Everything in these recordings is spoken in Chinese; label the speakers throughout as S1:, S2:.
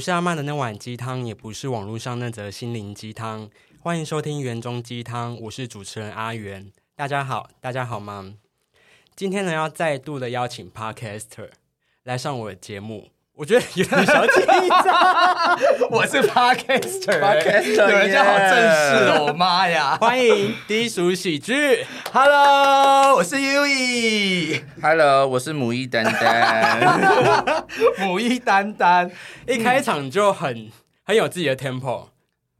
S1: 是阿曼的那碗鸡汤，也不是网络上那则心灵鸡汤。欢迎收听《园中鸡汤》，我是主持人阿元。大家好，大家好吗？今天呢，要再度的邀请 Podcaster 来上我的节目，我觉得有点小紧张。
S2: 我 是 podcaster，, 欸
S3: Podcaster，
S2: 有人叫好正式哦，妈呀
S1: 欢迎低俗喜剧，
S2: ！Hello，我是 Yui，
S3: Hello，我是母一丹丹。
S2: 母一丹丹。
S1: 一开场就很很有自己的 tempo。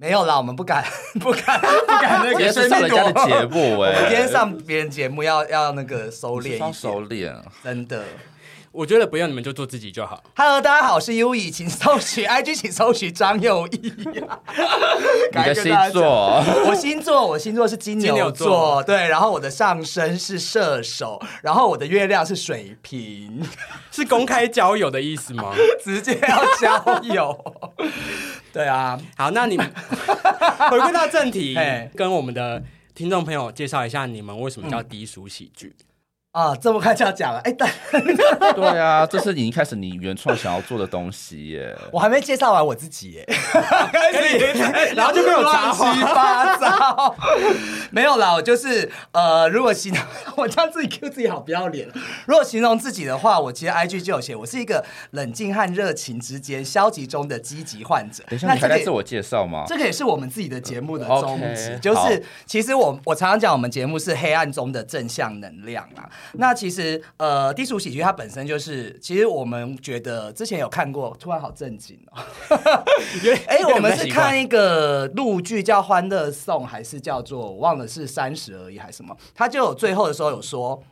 S2: 没有啦，我们不敢， 不敢，不敢 那
S3: 今天
S2: 个
S3: 是上人家的节
S2: 目。
S3: 目
S2: 我
S3: 哎、
S2: 们今天上别人节目要要那个收敛
S3: 超
S2: 一
S3: 熟
S2: 点，
S3: 练，
S2: 真的。
S1: 我觉得不用你们就做自己就好。
S2: Hello，大家好，我是 Yui，请搜取 IG，请搜取张幼义。
S3: 你的星
S2: 赶快跟大家讲
S3: 座
S2: 我星座，我星座是金牛
S1: 金牛座
S2: 对，然后我的上升是射手，然后我的月亮是水瓶，
S1: 是公开交友的意思吗？
S2: 直接要交友。 对啊，
S1: 好，那你们回归到正题
S2: 嘿，
S1: 跟我们的听众朋友介绍一下你们为什么叫低俗喜剧。
S2: 啊，这么快就要讲了，哎，但
S3: 对啊，这是你一开始你原创想要做的东西耶。
S2: 我还没介绍完我自己耶， 开 始
S1: 然后就被我插话
S2: 乱七八糟。 没有啦，我就是呃，如果形容 我这样自己 Q 自己好不要脸。如果形容自己的话，我其实 IG 就有写，我是一个冷静和热情之间、消极中的积极患者。
S3: 等一下，你还
S2: 这个
S3: 在自我介绍吗？哦
S2: 这个也是我们自己的节目的宗旨，
S3: OK，
S2: 就
S3: 好
S2: 是其实我我常常讲，我们节目是黑暗中的正向能量啊。那其实呃，低俗喜剧它本身就是，其实我们觉得之前有看过，突然好正经哦。哎、
S1: 有点
S2: 我们
S1: 不
S2: 是
S1: 习惯
S2: 看一个陆剧叫《欢乐颂》，还是叫做我忘了是三十而已还是什么？他就有最后的时候有说。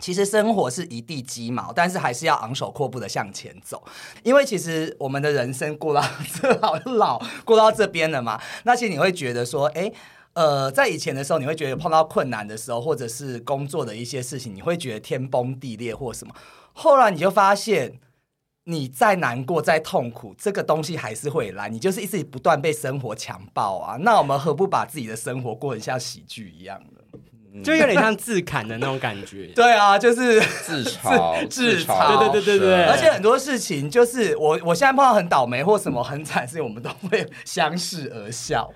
S2: 其实生活是一地鸡毛，但是还是要昂首阔步的向前走，因为其实我们的人生过到这好老，过到这边了嘛，那其实你会觉得说，哎。呃，在以前的时候，你会觉得碰到困难的时候，或者是工作的一些事情，你会觉得天崩地裂或什么。后来你就发现，你再难过、再痛苦，这个东西还是会来，你就是一直不断被生活强暴啊。那我们何不把自己的生活过得像喜剧一样呢？。
S1: 就有点像自砍的那种感觉
S2: 对啊，就是
S3: 自嘲，
S2: 自自
S3: 嘲，
S2: 嘲
S1: 对对对对对
S2: 啊而且很多事情，就是我我现在碰到很倒霉或什么很惨的事情，我们都会相视而笑。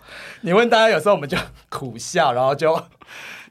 S2: 你问大家，有时候我们就苦笑，然后就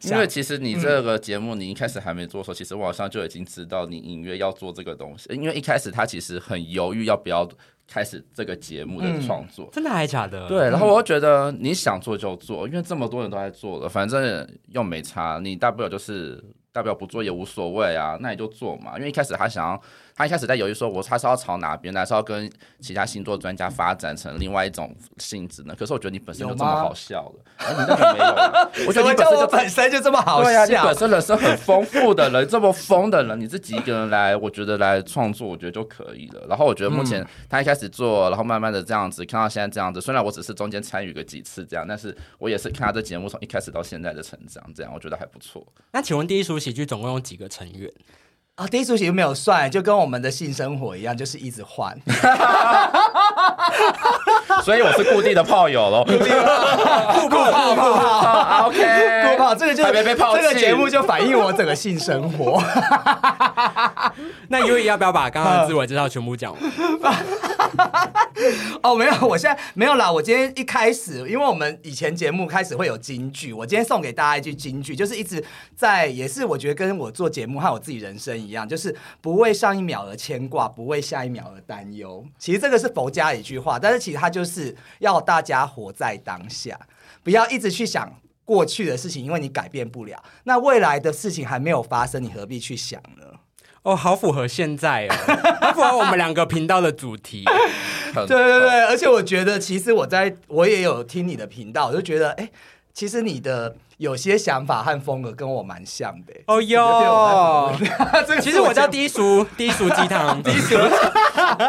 S3: 因为其实
S2: 嗯
S3: 你这个节目，你一开始还没做的时候，其实我好像就已经知道你隐约要做这个东西，因为一开始他其实很犹豫要不要开始这个节目的
S2: 嗯
S3: 创作。
S1: 真的还假的？，
S3: 对，然后我又觉得你想做就做，因为这么多人都在做了，反正又没差，你大不了就是大不了不做也无所谓啊，那你就做嘛。因为一开始他想要，他一开始在犹豫说，我他是要朝哪边，还是要跟其他星座专家发展成另外一种性质呢？可是我觉得你本身就这么
S2: 有吗
S3: 好笑了，哎你那个没有啊，我觉
S2: 怎
S3: 得
S2: 么
S3: 你
S2: 叫我
S3: 本身就这么
S2: 本身就这么好
S3: 对啊，你
S2: 笑
S3: 本？身人生很丰富的人，这么疯的人，你自己一个人来，我觉得来创作，我觉得就可以了。然后我觉得目前他一开始做，然后慢慢的这样子，看到现在这样子，虽然我只是中间参与个几次这样，但是我也是看他这节目从一开始到现在的成长，这样我觉得还不错。
S1: 那请问低俗喜剧总共有几个成员？
S2: 啊，低俗喜剧没有算，就跟我们的性生活一样，就是一直换。
S3: 所以我是固定的炮友喽。
S2: 酷酷泡酷泡
S3: 啊 OK，
S2: 酷泡，这个就
S3: 还没被抛弃
S2: 这个节目就反映我整个性生活。
S1: 那优怡要不要把刚刚的自我介绍全部讲完？
S2: 哦，没有，我现在没有啦。我今天一开始，因为我们以前节目开始会有金句，我今天送给大家一句金句，就是一直在，也是我觉得跟我做节目和我自己人生一样，就是不为上一秒而牵挂，不为下一秒而担忧。其实这个是佛家一句话，但是其实它就是要大家活在当下，不要一直去想。过去的事情，因为你改变不了，那未来的事情还没有发生，你何必去想呢？
S1: 哦，好符合现在哦，好符合我们两个频道的主题。
S3: 很
S2: 对对对，而且我觉得其实我在我也有听你的频道，我就觉得哎、诶其实你的有些想法和风格跟我蛮像的、
S1: 哦
S2: 我
S1: 哟，
S2: 觉得对我 来说这个
S1: 其实我叫
S2: 节目
S1: 低俗低俗鸡汤，低俗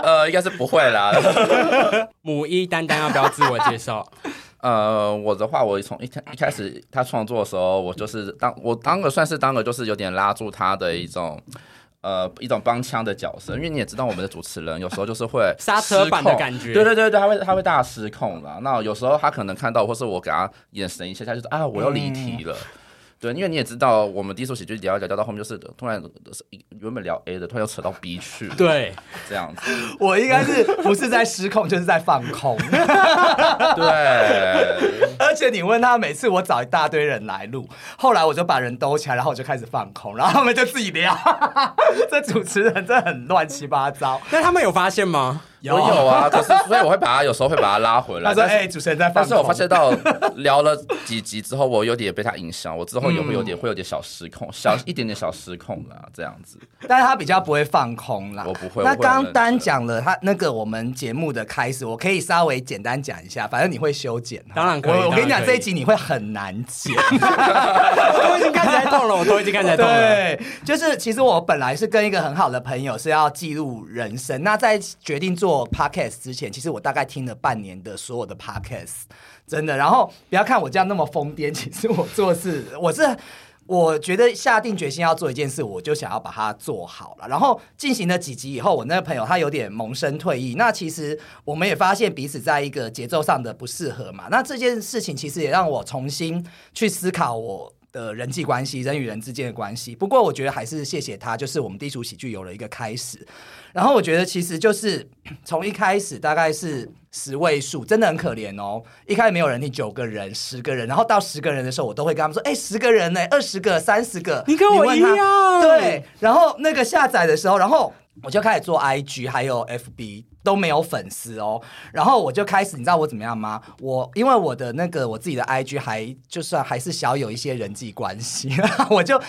S3: 呃，应该是不会啦。
S1: 母一丹丹要不要自我介绍？
S3: 呃，我的话，我从一开一开始他创作的时候，我就是当我当个算是当个就是有点拉住他的一种。呃，一种帮腔的角色，因为你也知道，我们的主持人有时候就是会
S1: 刹车板的
S3: 失控
S1: 感觉
S3: 对对对对，他会他会大
S1: 嗯
S3: 失控了。那有时候他可能看到，或是我给他眼神一下，他就说啊，我又离题了。 对，因为你也知道，我们第一首喜剧聊一聊，聊到后面就是突然呃原本聊 A 的，突然又扯到 B 去，
S1: 对
S3: 这样 子。
S2: 我应该是不是在失控，就是在放空。
S3: 对，
S2: 而且你问他，每次我找一大堆人来录，后来我就把人兜起来，然后我就开始放空，然后他们就自己聊。 这主持人真的很乱七八糟。
S1: 那他们有发现吗？
S3: 我有啊，可是所以我会把他有时候会把他拉回来。
S2: 他说：“
S3: 但是
S2: 哎、主持人在放 空。”
S3: 但是我发现到聊了几集之后，我有点被他影响，我之后也会有点、会有点小失 控，小一点点小失控啦，这样子。
S2: 但是他比较不会放空啦。
S3: 我不会
S2: 那
S3: 我会
S2: 刚刚
S3: 很认
S2: 丹
S3: 真
S2: 讲了他那个我们节目的开始，我可以稍微简单讲一下，反正你会修剪哈。
S1: 当然可以
S2: 我我跟你
S1: 当然可
S2: 讲，
S1: 以
S2: 这一集你会很难 剪。
S1: 我已经开始在动了，我都已经开始在动了。
S2: 对，就是其实我本来是跟一个很好的朋友是要记录人生。那在决定做 podcast 之前，其实我大概听了半年的所有的 podcast，真的。然后不要看我这样那么疯癫， 其实我做事我是。我觉得下定决心要做一件事，我就想要把它做好了。然后进行了几集以后，我那个朋友他有点萌生退意。那其实我们也发现彼此在一个节奏上的不适合嘛。那这件事情其实也让我重新去思考我的人际关系，人与人之间的关系。不过我觉得还是谢谢他，就是我们低俗喜剧有了一个开始。然后我觉得其实就是 从一开始大概是十位数，真的很可怜哦。一开始没有人听，九个人、十个人，然后到十个人的时候，我都会跟他们说：“哎、十个人呢、二十个、三十个。”
S1: 你跟我
S2: 问
S1: 一
S2: 他
S1: 样
S2: 对，然后那个下载的时候，然后我就开始做 IG，还有 FB 都没有粉丝哦。然后我就开始，你知道我怎么样吗？我因为我的那个我自己的 IG 还就算还是小有一些人际关系， 我就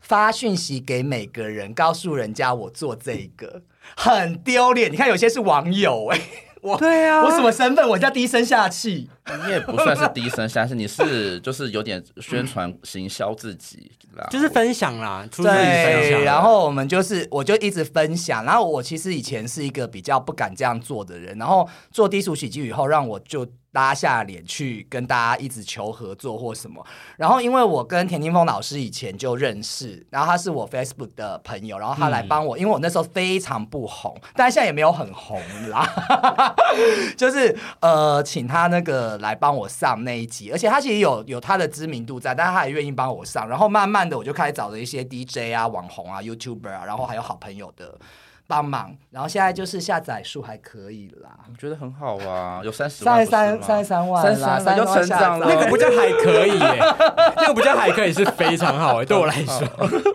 S2: 发讯息给每个人，告诉人家我做这个很丢脸。你看有些是网友哎、我
S1: 对啊
S2: 我什么身份？我叫低声下气。
S3: 你也不算是低声下气，你是就是有点宣传行销自己啦，
S1: 就是分享啦，出自于分享。
S2: 对，然后我们就是，我就一直分享。然后我其实以前是一个比较不敢这样做的人，然后做低俗喜剧以后，让我就拉下脸去跟大家一直求合作或什么。然后因为我跟田金峰老师以前就认识，然后他是我 Facebook 的朋友，然后他来帮我，因为我那时候非常不红，但现在也没有很红啦。 就是呃，请他那个来帮我上那一集，而且他其实有有他的知名度在，但他也愿意帮我上。然后慢慢的，我就开始找了一些 DJ 啊、网红啊、YouTuber 啊，然后还有好朋友的帮忙。然后现在就是下载数还可以啦，
S3: 我觉得很好啊，有三十
S2: 三
S3: 万
S2: 十
S3: 不是吗，
S2: 三三十三万啦，
S3: 33
S2: 三
S3: 就成长了
S1: 那个不叫还可以耶， 那个不叫还可以是非常 好耶，对我来
S2: 嗯
S1: 说。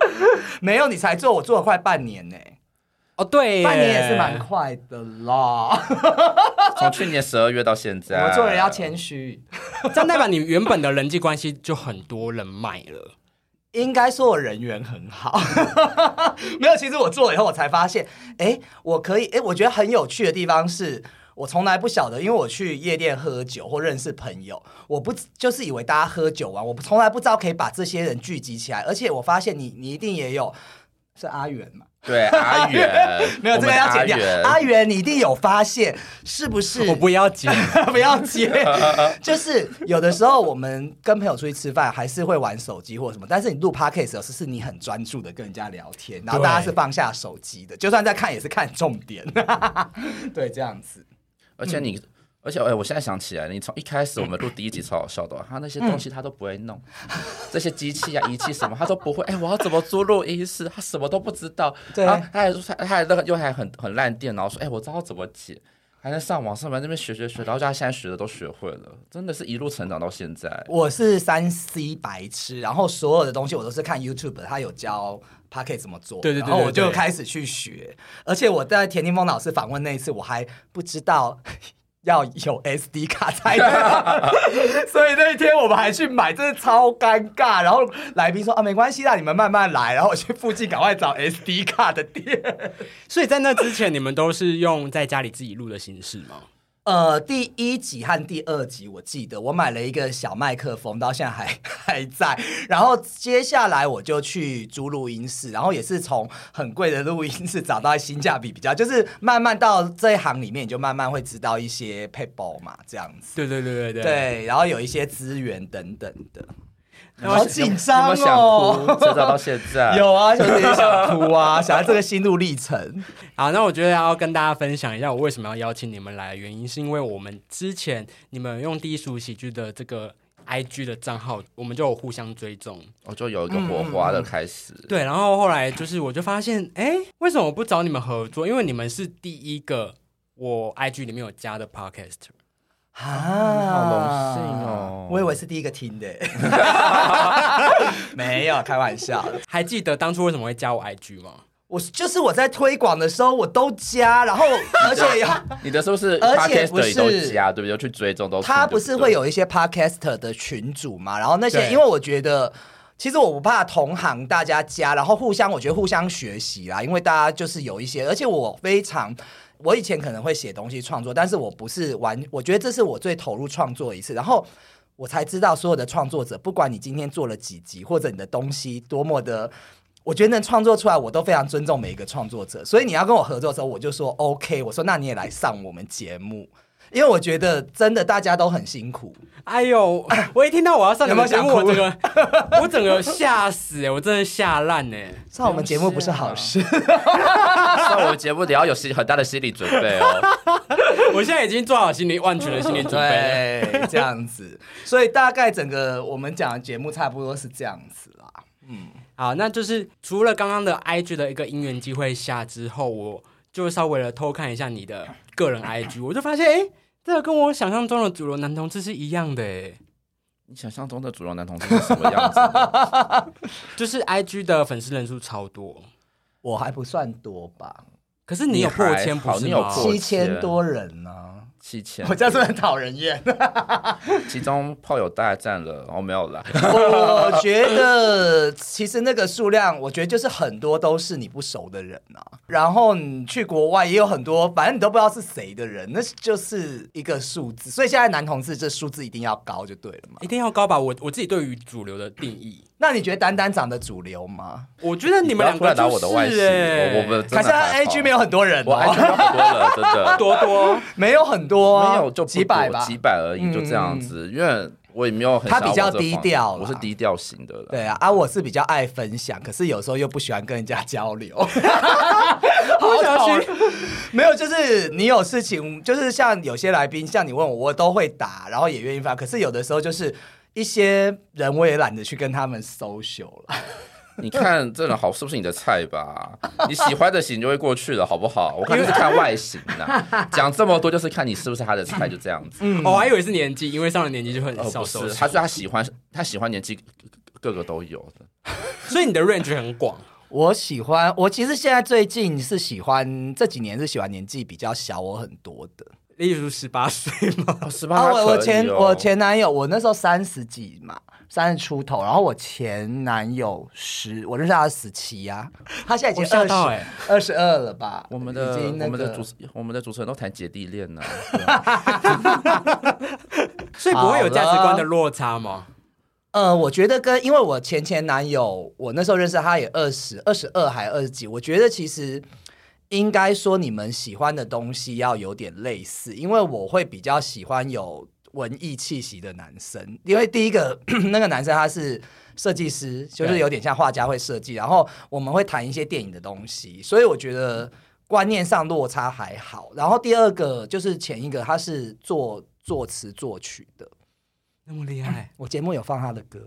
S2: 没有你才做，我做了快半年呢、
S1: 哦，对耶，
S2: 半年也是蛮快的啦。
S3: 从去年十二月到 现
S2: 我
S3: 在，
S2: 们做人要谦虚。
S1: 这样代表你原本的人际关系就很多人脉了。
S2: 应该说我人缘很好， 没有。其实我做了以后，我才发现，哎，我可以，哎，我觉得很有趣的地方是。我从来不晓得，因为我去夜店喝酒或认识朋友，我不就是以为大家喝酒玩，我从来不知道可以把这些人聚集起来。而且我发现你，你一定也有是阿元嘛？，
S3: 对阿远
S2: 没有，这个要剪掉
S3: 我们。阿
S2: 阿
S3: 远
S2: 元，你一定有发现，是不是？
S1: 我不要紧，
S2: 不要接，就是有的时候我们跟朋友出去吃饭，还是会玩手机或什么，但是你录 podcast 的时候，是你很专注的跟人家聊天，然后
S1: 对
S2: 大家是放下手机的，就算在看也是看重点， 对，这样子。
S3: 而
S2: 嗯
S3: 且你。而且，哎、我现在想起来，你从一开始我们录第一集超好笑的哦，他那些
S2: 嗯
S3: 东西他都不会弄， 这些机器啊、仪器什么他都不会。哎、我要怎么租录音室？他什么都不知道。
S2: 对
S3: 然后他还说他他还那个又还很很烂电脑，说哎、我知道怎么解，还在上网上面那边学学学，然后就他现在学的都学会了，真的是一路成长到现在。
S2: 我是三 C 白痴，然后所有的东西我都是看 YouTube，他有教 p a c k e t 怎么做，
S1: 对对对
S2: 然后我
S1: 对
S2: 就
S1: 对
S2: 开始去学。而且我在田定峰老师访问那一次，我还不知道 要有 SD 卡才 能，所以那一天我们还去买，真的超尴尬。然后来宾说啊，没关系啦，你们慢慢来。然后我去附近赶快找 SD 卡的店。
S1: 所以在那之前，你们都是用在家里自己录的形式吗？
S2: 呃，第一集和第二集我记得，我买了一个小麦克风，到现在还 还在。然后接下来我就去租录音室，然后也是从很贵的录音室找到性价比比较，就是慢慢到这一行里面，你就慢慢会知道一些 p a p e 嘛，这样子。
S1: 对对对对对。
S2: 对，然后有一些资源等等的，
S1: 那
S2: 好紧张
S3: 有没有想
S2: 哦
S3: 哭，。成长到现在。
S2: 有啊，就是也想哭啊，想要这个心路历程。
S1: 好，那我觉得要跟大家分享一下我为什么要邀请你们来，原因是因为我们之前你们用低俗喜剧的这个 IG 的账号，我们就有互相追踪。
S3: 我就有一个火花
S2: 嗯
S3: 的开始。
S1: 对，然后后来就是我就发现，哎，为什么我不找你们合作？因为你们是第一个我 IG 里面有加的 Podcast。
S2: 啊，
S3: 好荣幸哦
S2: 我以为是第一个听 的，没有开玩笑的。
S1: 还记得当初为什么会加我 IG 吗？
S2: 我就是我在推广的时候我都加，然后而且有
S3: 你的是不是
S2: 而且
S3: podcast
S2: 不是
S3: 都加，对不对？去追踪都听
S2: 他不是会
S3: 对
S2: 有一些 podcaster 的群组嘛？然后那些
S1: 对
S2: 因为我觉得。其实我不怕同行大家加，然后互相我觉得互相学习啦，因为大家就是有一些，而且我非常，我以前可能会写东西创作，但是我不是完，我觉得这是我最投入创作一次，然后我才知道所有的创作者，不管你今天做了几集，或者你的东西多么的。我觉得能创作出来，我都非常尊重每一个创作者。所以你要跟我合作的时候，我就说 OK，我说那你也来上我们节目，因为我觉得真的大家都很辛苦。
S1: 哎 呦，我一听到我要上你们节目，
S2: 有
S1: 我
S2: 没有
S1: 整个 我整个吓死、哎，我真的吓烂哎、
S2: 上我们节目啊不是啊好事，
S3: 对上我们节目，你要有心很大的心理准备哦。
S1: 我现在已经做好心理万全的心理准备了。
S2: 对，这样子。所以大概整个我们讲的节目差不多是这样子啦。
S1: 好，那就是除了刚刚的 IG 的一个因缘机会下之后，我就稍微的偷看一下你的个人 IG，我就发现，哎、这个跟我想象中的主流男同志是一样的、哎，
S3: 你想象中的主流男同志是什么样子呢？
S1: 就是 IG 的粉丝人数超多，
S2: 我还不算多吧，
S1: 可是你有破千不是
S3: 你还
S1: 吗
S3: 好？你有破
S2: 七千多人呢、
S3: 七千，
S2: 我这样是不是很讨人厌。
S3: 其中炮友大概占了，哦没有啦，
S2: 我觉得其实那个数量，我觉得就是很多都是你不熟的人啊。然后你去国外也有很多，反正你都不知道是谁的人，那就是一个数字。所以现在男同志这数字一定要高就对了嘛。
S1: 一定要高吧？我我自己对于主流的定义，
S2: 那你觉得丹丹长得主流吗？
S1: 我觉得你们两
S3: 不要
S1: 个
S3: 突
S1: 就
S3: 然拿我
S1: 是
S3: 的外形，
S1: 哎
S3: 我我们
S2: 可
S3: 真的
S2: 是他
S3: 还好
S2: A G 没有很多人、
S3: 我 IG
S2: 哦，
S3: 没有很多了，真 的。
S1: 多多，
S2: 没有很多、啊，
S3: 没有就不多
S2: 几百吧
S3: 啊几。百嗯而已，就这样子。因为我也没有很
S2: 他
S3: 想
S2: 比较
S3: 要往这个
S2: 低
S3: 方向
S2: 调啦
S3: 我是低调型的人。
S2: 对啊，啊，我是比较爱分享，可是有时候又不喜欢跟人家交 流。好
S1: 小
S2: 讨
S1: 心
S3: 啊
S2: 没有，就是你有事情，就是像有些来宾，像你问我，我都会答，然后也愿意发。可是有的时候就是一些人，我也懒得去跟他们 social 了。
S3: 你看这人好，是不是你的菜 吧？你喜欢的型就会过去了，好不好？我看就是看外形 呐。讲这么多就是看你是不是他的菜，就这样子。
S1: 哦，我还以为是年纪，因为上了年纪就会
S3: 哦，
S1: 很少
S3: 不
S1: 收拾，
S3: 是，他说他喜欢，他喜欢年纪各个都有的。
S1: 所以你的 range 很广。
S2: 我喜欢，我其实现在最近是喜欢，这几年是喜欢年纪比较小我很多的。
S1: 例如十八岁吗？
S3: 哦，十
S2: 啊，
S3: 八，
S2: 我我前我前男友，我那时候三十几嘛，三十出头，然后我前男友十，我认识他十七呀，他现在已
S1: 我
S2: 经
S1: 吓到
S2: 二
S1: 哎
S2: 十二十二了吧？
S3: 欸我们
S2: 已
S3: 的
S2: 经那
S3: 我们的
S2: 个
S3: 主持我们的主持人都谈姐弟恋呢，对 啊
S1: 所以不会有价值观的落差吗？
S2: 呃，我觉得跟因为我前前男友，我那时候认识他也二十二十二还二十几，我觉得其实应该说你们喜欢的东西要有点类似，因为我会比较喜欢有文艺气息的男生，因为第一个 那个男生他是。设计师就是
S1: 对
S2: 有点像画家会设计，然后我们会谈一些电影的东西，所以我觉得观念上落差还好。然后第二个就是前一个他是做作词作曲的，
S1: 那么厉害，
S2: 我节目有放他的歌，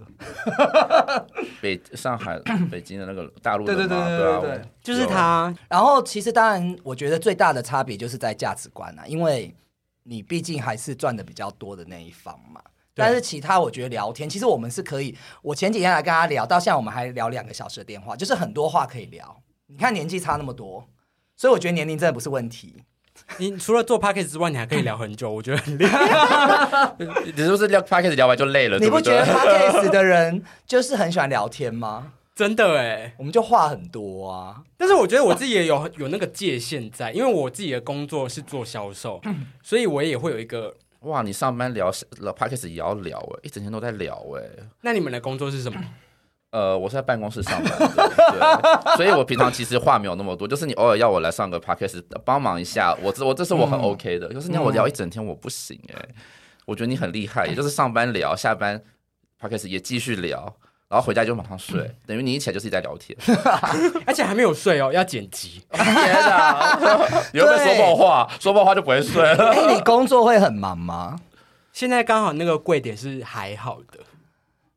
S3: 北上海、北京的那个大陆的
S2: 对对
S3: 嘛，
S2: 对对
S3: 啊
S2: 对对，
S3: 我
S1: 就是他
S2: 然后其实当然，我觉得最大的差别就是在价值观啊，因为你毕竟还是赚的比较多的那一方嘛。
S1: 对
S2: 但是其他我觉得聊天，其实我们是可以。我前几天来跟他聊，到现在我们还聊两个小时的电话，就是很多话可以聊。你看年纪差那么多，所以我觉得年龄真的不是问题。
S1: 你除了做 p a c k a g e 之外，你还可以聊很久，我觉得很厉害。
S3: 你是不是聊 p o d 聊完就累了？
S2: 你不
S3: 对
S2: 觉
S3: 对
S2: 得 podcast 的人就是很喜欢聊天吗？
S1: 真的哎，
S2: 我们就话很多 啊。
S1: 但是我觉得我自己也有有那个界限在，因为我自己的工作是做销售，
S2: 嗯
S1: 所以我也会有一个。
S3: 哇，你上班聊聊 p o d 也要聊哎、一整天都在聊哎、
S1: 那你们的工作是什 么？
S3: 呃，我是在办公室上班的，对，所以我平常其实话没有那么多，就是你偶尔要我来上个 podcast 呃帮忙一下，我这我这是
S2: 嗯
S3: 我很 OK 的，就是你要我聊一整天我不行哎、我觉得你很厉害，也就是上班聊，下班 podcast 也继续聊，然后回家就马上睡，
S2: 嗯
S3: 等于你一起来就是在聊天，
S1: 而且还没有睡哦，要剪辑。
S3: 天哪，你会不会说梦话？说梦话就不会睡了。
S2: 哎，你工作会很忙吗？
S1: 现在刚好那个贵点是还好的，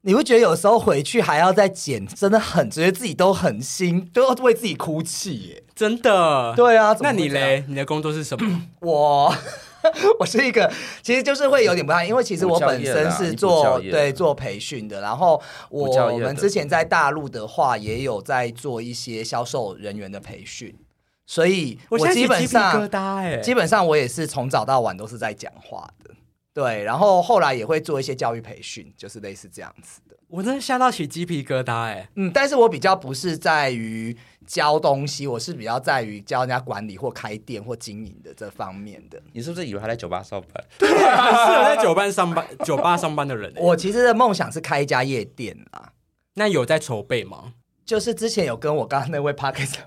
S2: 你会觉得有时候回去还要再剪，真的很觉得自己都很心，都要为自己哭泣耶。
S1: 真的。
S2: 对啊，怎么
S1: 那
S2: 会
S1: 你
S2: 这样？嗯
S1: 嘞？你的工作是什么？
S2: 我 我是一个，其实就是会有点不太，因为其实我
S3: 补教
S2: 本
S3: 业
S2: 身
S3: 啦
S2: 是
S3: 你补
S2: 做
S3: 教业
S2: 对做培训的，然后我
S3: 补教业
S2: 我
S3: 的
S2: 们之前在大陆的话也有在做一些销售人员的培训，所以
S1: 我现在
S2: 基
S1: 起
S2: 本
S1: 鸡皮
S2: 上
S1: 疙瘩哎、
S2: 基本上我也是从早到晚都是在讲话的，对，然后后来也会做一些教育培训，就是类似这样子的。
S1: 我真的吓到起鸡皮疙瘩哎、
S2: 嗯，但是我比较不是在于教东西，我是比较在于教人家管理或开店或经营的这方面的。
S3: 你是不是以为他在酒吧上班？
S1: 很适合在酒吧上班，酒吧上班的人、欸。
S2: 我其实的梦想是开一家夜店啦。
S1: 那有在筹备 吗？
S2: 就是之前有跟我刚刚那位 p a r k e s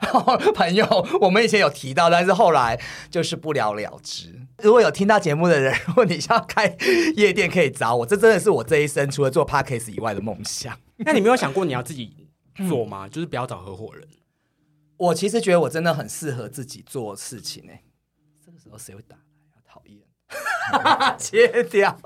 S2: 朋友，我们以前有提到，但是后来就是不了了之。如果有听到节目的人，如果你想要开夜店，可以找我。这真的是我这一生除了做 p a r k e s 以外的梦想。
S1: 那你没有想过你要自己做吗？就是不要找合伙人。
S2: 我其实觉得我真的很适合自己做事情哎、这个时候谁会打来啊？讨 厌。切掉，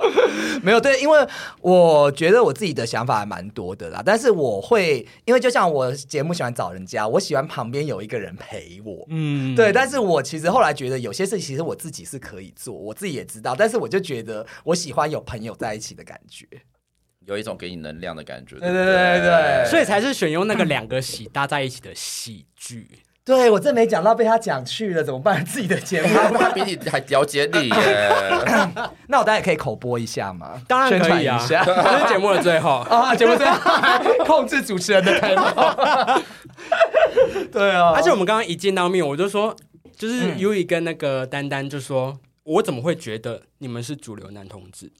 S2: 没有对，因为我觉得我自己的想法还蛮多的啦，但是我会，因为就像我节目喜欢找人家，我喜欢旁边有一个人陪我，
S1: 嗯，
S2: 对，但是我其实后来觉得有些事其实我自己是可以做，我自己也知道，但是我就觉得我喜欢有朋友在一起的感觉，
S3: 有一种给你能量的感觉。
S2: 对
S3: 不
S2: 对对对对
S1: 所以才是选用那个两个喜搭在一起的喜剧。
S2: 对我真没讲到被他讲去了，怎么办？自己的 节目，
S3: 他他比你还了解 你耶，
S2: 那我当然也可以口播一下嘛，
S1: 当然
S2: 宣
S1: 可
S2: 传
S1: 以啊，
S2: 一
S1: 这
S2: 下。
S1: 是节目的最 后。
S2: 啊，节目这样控制主持人的开 头。对啊，
S1: 而且我们刚刚一见到面，我就说，
S2: 嗯
S1: 就是尤以跟那个丹丹就说，我怎么会觉得你们是主流男同志？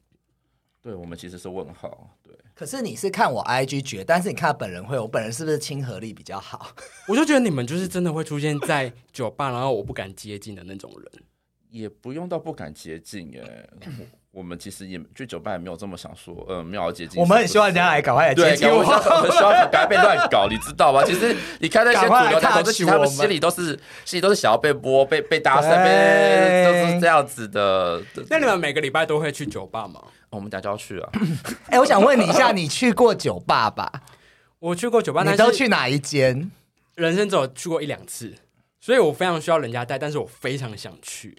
S3: 对我们其实是问号。对，
S2: 可是你是看我 IG 觉得，但是你看本人会，我本人是不是亲和力比较好？
S1: 我就觉得你们就是真的会出现在酒吧，然后我不敢接近的那种 人。
S3: 也不用到不敢接近耶。我我们其实也去酒吧也没有这么想说，呃，没有要接 近。
S2: 我们很希望人家来赶快来接
S3: 对，
S2: 近
S3: 赶
S2: 我
S3: 快， 我们希望赶快被乱搞，你知道吗？其实你看那些
S2: 赶
S3: 主
S2: 快来
S3: 流男同
S2: touch
S3: 志，其实他
S2: 我
S3: 们
S2: 们
S3: 心里都是心里都是想要被摸、被被搭讪、
S2: 对
S3: 被都是这样子的。对哦
S1: 那你们每个礼拜都会去酒吧吗？
S3: 我们等下就要去啊。
S2: 哎、我想问你一下，你去过酒吧吧？
S1: 我去过酒吧，
S2: 你
S1: 但
S2: 都
S1: 是
S2: 去哪一间？
S1: 人生只有去过一两次，所以我非常需要人家带，但是我非常想去。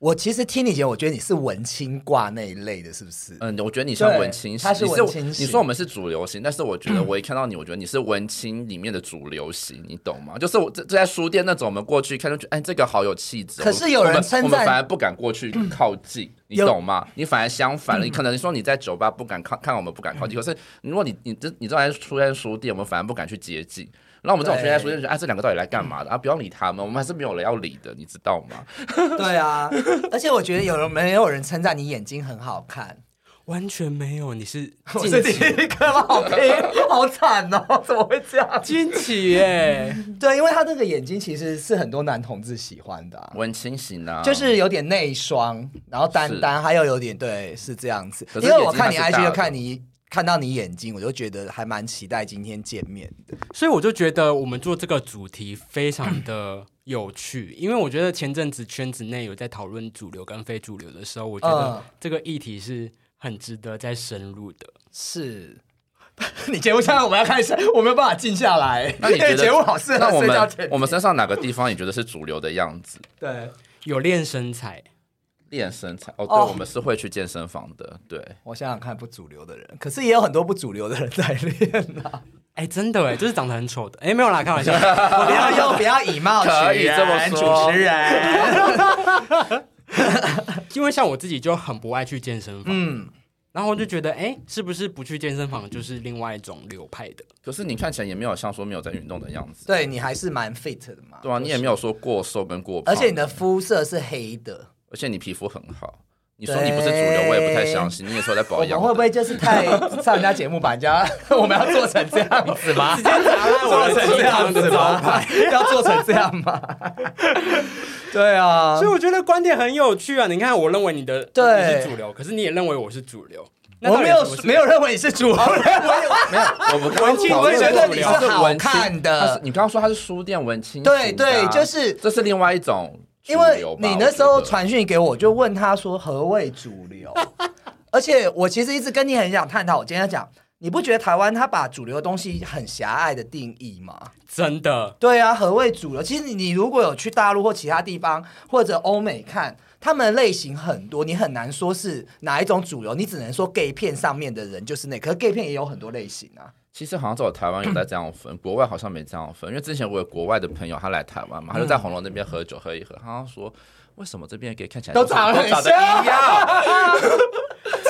S2: 我其实听你讲，我觉得你是文青挂那一类的，是不是？
S3: 嗯，我觉得你算文青
S2: 对
S3: 型，
S2: 他是
S3: 你
S2: 文青型
S3: 你说我们是主流型，但是我觉得我一看到你，我觉得你是文青里面的主流型，你懂吗？就是我这这在书店那种，我们过去看就觉得，哎，这个好有气质。
S2: 可是有人
S3: 我们
S2: 称赞嗯
S3: 我们反而不敢过去靠近，你
S2: 有嗯
S3: 懂吗？你反而相反了，你可能说你在酒吧不敢靠，看我们不敢靠近，可是如果你你这你这在出在书店，我们反而不敢去接近。然后我们这种
S2: 对
S3: 出在书店就觉得，哎，这两个到底来干嘛的？啊，不要理他们，我们还是没有人要理的，你知道吗？
S2: 对啊，而且我觉得有人没有人称赞你眼睛很好看，
S1: 完全没有，你是
S2: 我
S1: 近
S2: 是第
S1: 期
S2: 一个吗？好拼， 好惨哦，怎么会这样？
S1: 惊奇耶！
S2: 对，因为他那个眼睛其实是很多男同志喜欢的啊、
S3: 文青型啊，
S2: 就是有点内双，然后单单，还有有点对，是这样子。
S3: 可
S2: 因
S3: 是
S2: 为我看你
S3: 眼睛还是大
S2: IG
S3: 的
S2: 就看你看到你眼睛，我就觉得还蛮期待今天见面的。
S1: 所以我就觉得我们做这个主题非常 的有趣，因为我觉得前阵子圈子内有在讨论主流跟非主流的时候，我觉得
S2: 嗯
S1: 这个议题是很值得再深入的。
S2: 是。 你节目现在我们要开始，我没有办法静下来。
S3: 那你觉
S2: 因为
S3: 得
S2: 节目好适
S3: 那
S2: 合
S3: 我
S2: 啊睡觉
S3: 们
S2: 前听？
S3: 我们身上哪个地方你觉得是主流的 样子？
S2: 对，
S1: 有练身材，
S3: 练身材哦，对
S2: 哦
S3: 我们是会去健身房的，对，
S2: 我想想看，不主流的人，可是也有很多不主流的人在 练啊。
S1: 哎、真的哎，就是长得很丑的，哎、没有啦，开玩笑。
S2: 不要用，不要以貌
S3: 可
S2: 取
S3: 以
S2: 人，
S3: 这么说
S2: 主持人。
S1: 因为像我自己就很不爱去健身房，
S2: 嗯，
S1: 然后我就觉得，哎、是不是不去健身房就是另外一种流派 的？
S3: 可是你看起来也没有像说没有在运动的样子，
S2: 对你还是蛮 fit 的嘛。
S3: 对啊，你也没有说过瘦跟过胖，
S2: 而且你的肤色是黑的。
S3: 而且你皮肤很好，你说你不是主流，我也不太相信，你也说在保
S2: 我们
S3: 养，
S2: 会不会就是太 上人家节目，把人家 我们要做成这样子吗？
S1: 直接砸烂啊我
S2: 做
S1: 的鸡
S2: 成 这
S1: 汤
S2: 样
S1: 的
S2: 子
S1: 招牌。
S2: 吗？要做成这样吗？ 对啊
S1: 所以，我觉得观点很有趣啊！你看，我认为你的
S2: 对
S1: 你是主流，可是你也认为我是主流。那
S2: 我没有
S1: 到底什么是
S2: 没有认为你是主流，
S3: 没 有？我们刚刚
S1: 文青
S3: 讨论
S1: 我觉
S2: 得
S3: 主
S2: 你
S3: 流
S2: 是
S3: 是
S2: 好
S3: 文青
S2: 看的
S3: 他是你刚刚说他是书店文青型的
S2: 对
S3: 啊，
S2: 对，就是
S3: 这是另外一种
S2: 因为你那时候传讯给我，我就问他说何谓主流，而且我其实一直跟你很想探讨。我今天讲，你不觉得台湾他把主流的东西很狭隘的定义吗？
S1: 真的，
S2: 对啊，何谓主流？其实你你如果有去大陆或其他地方或者欧美看，他们的类型很多，你很难说是哪一种主流，你只能说 gay 片上面的人就是那，可是 gay 片也有很多类型啊。
S3: 其实好像只有台湾 有在这样分，国外好像没这样分。因为之前我有国外的朋友，他来台湾
S2: 嗯
S3: 嘛，他就在红楼那边喝酒喝一喝，他说为什么这边可以看起来
S2: 都
S3: 是
S2: 长得
S3: 都
S2: 很
S3: 长得
S2: 像
S3: 一样？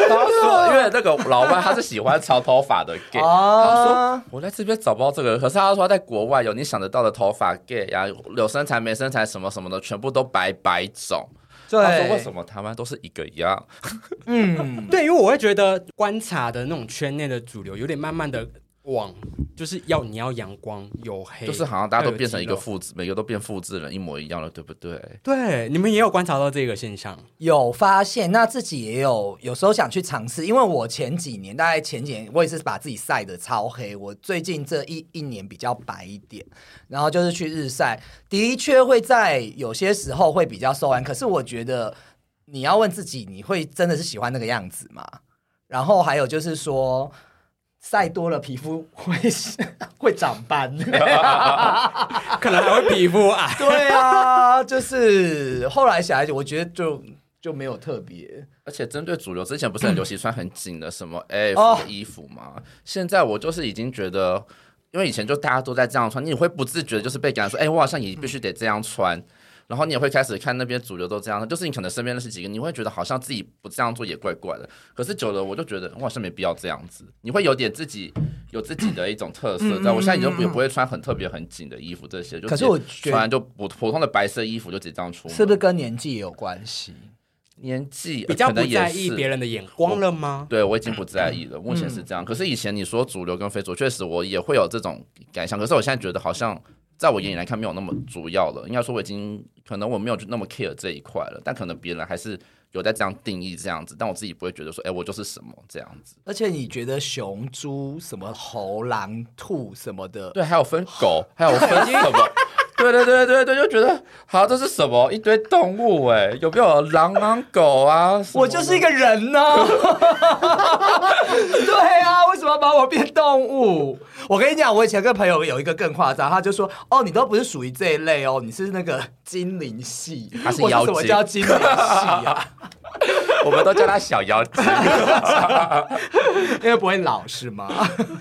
S3: 他说，因为那个老外他是喜欢长头发的 gay，他
S2: 哦
S3: 说我在这边找不到这个人，可是他说他在国外有你想得到的头发 gay 呀、有身材没身材什么什么的，全部都白白种。
S2: 对，
S3: 他说为什么台湾都是一个一样？
S2: 嗯，
S1: 对，因为我会觉得观察的那种圈内的主流，有点慢慢的往，就是要你要阳光有黑，
S3: 就是好像大家都变成一个
S1: 要有肌肉
S3: 复制，每个都变复制人一模一样了，对不对？
S1: 对，你们也有观察到这个现 象，
S2: 有发现，那自己也有有时候想去尝试，因为我前几年大概前几年我也是把自己晒得超黑，我最近这一一年比较白一点，然后就是去日晒，的确会在有些时候会比较受安，可是我觉得你要问自己，你会真的是喜欢那个样子吗？然后还有就是说。晒多了皮肤会 会长斑，
S1: 可能还会皮肤癌。
S2: 对啊，就是后来想一想，我觉得就就没有特别，
S3: 而且针对主流，之前不是很流 行穿很紧的什么
S2: 哦
S3: F 的衣服吗？现在我就是已经觉得，因为以前就大家都在这样穿，你会不自觉地就是被感觉说，哎、我好像也必须得这样穿。然后你也会开始看那边主流都这样，就是你可能身边认识几个，你会觉得好像自己不这样做也怪怪的。可是久了，我就觉得我好像没必要这样子，你会有点自己有自己的一种特
S2: 嗯
S3: 色。在我现在已经不不会穿很特别很紧的衣服这些，就
S2: 可是
S3: 直接
S2: 我觉得
S3: 穿就普普通的白色衣服就直接这样出门。
S2: 是不是跟年纪也有关系？
S3: 年纪
S1: 比较
S3: 可
S1: 不
S3: 能也
S1: 在意
S3: 是
S1: 别人的眼光了吗？
S3: 对，我已经不在意了，目前是这样。可是以前你说主流跟非主流，确实我也会有这种感想。可是我现在觉得好像在我眼里来看没有那么主要了，应该说我已经可能我没有那么 care 这一块了，但可能别人还是有在这样定义这样子，但我自己不会觉得说，哎、我就是什么这样子。
S2: 而且你觉得熊、猪、什么猴、狼、兔什么的，
S3: 对，还有分 狗，还有分什么？对对对对对，就觉得好，这是什么一堆动物哎、有没有狼啊狗啊？什么
S2: 我
S3: 的
S2: 就是一个人 呢、对啊，为什么要把我变动物？我跟你讲，我以前跟朋友有一个更夸张，他就说：“哦，你都不是属于这一类哦，你是那个精灵系。”
S3: 他是
S2: 我说
S3: 妖
S2: 什
S3: 精
S2: 么叫精灵系啊？
S3: 我们都叫它小妖 精。
S2: 因为不会老是吗？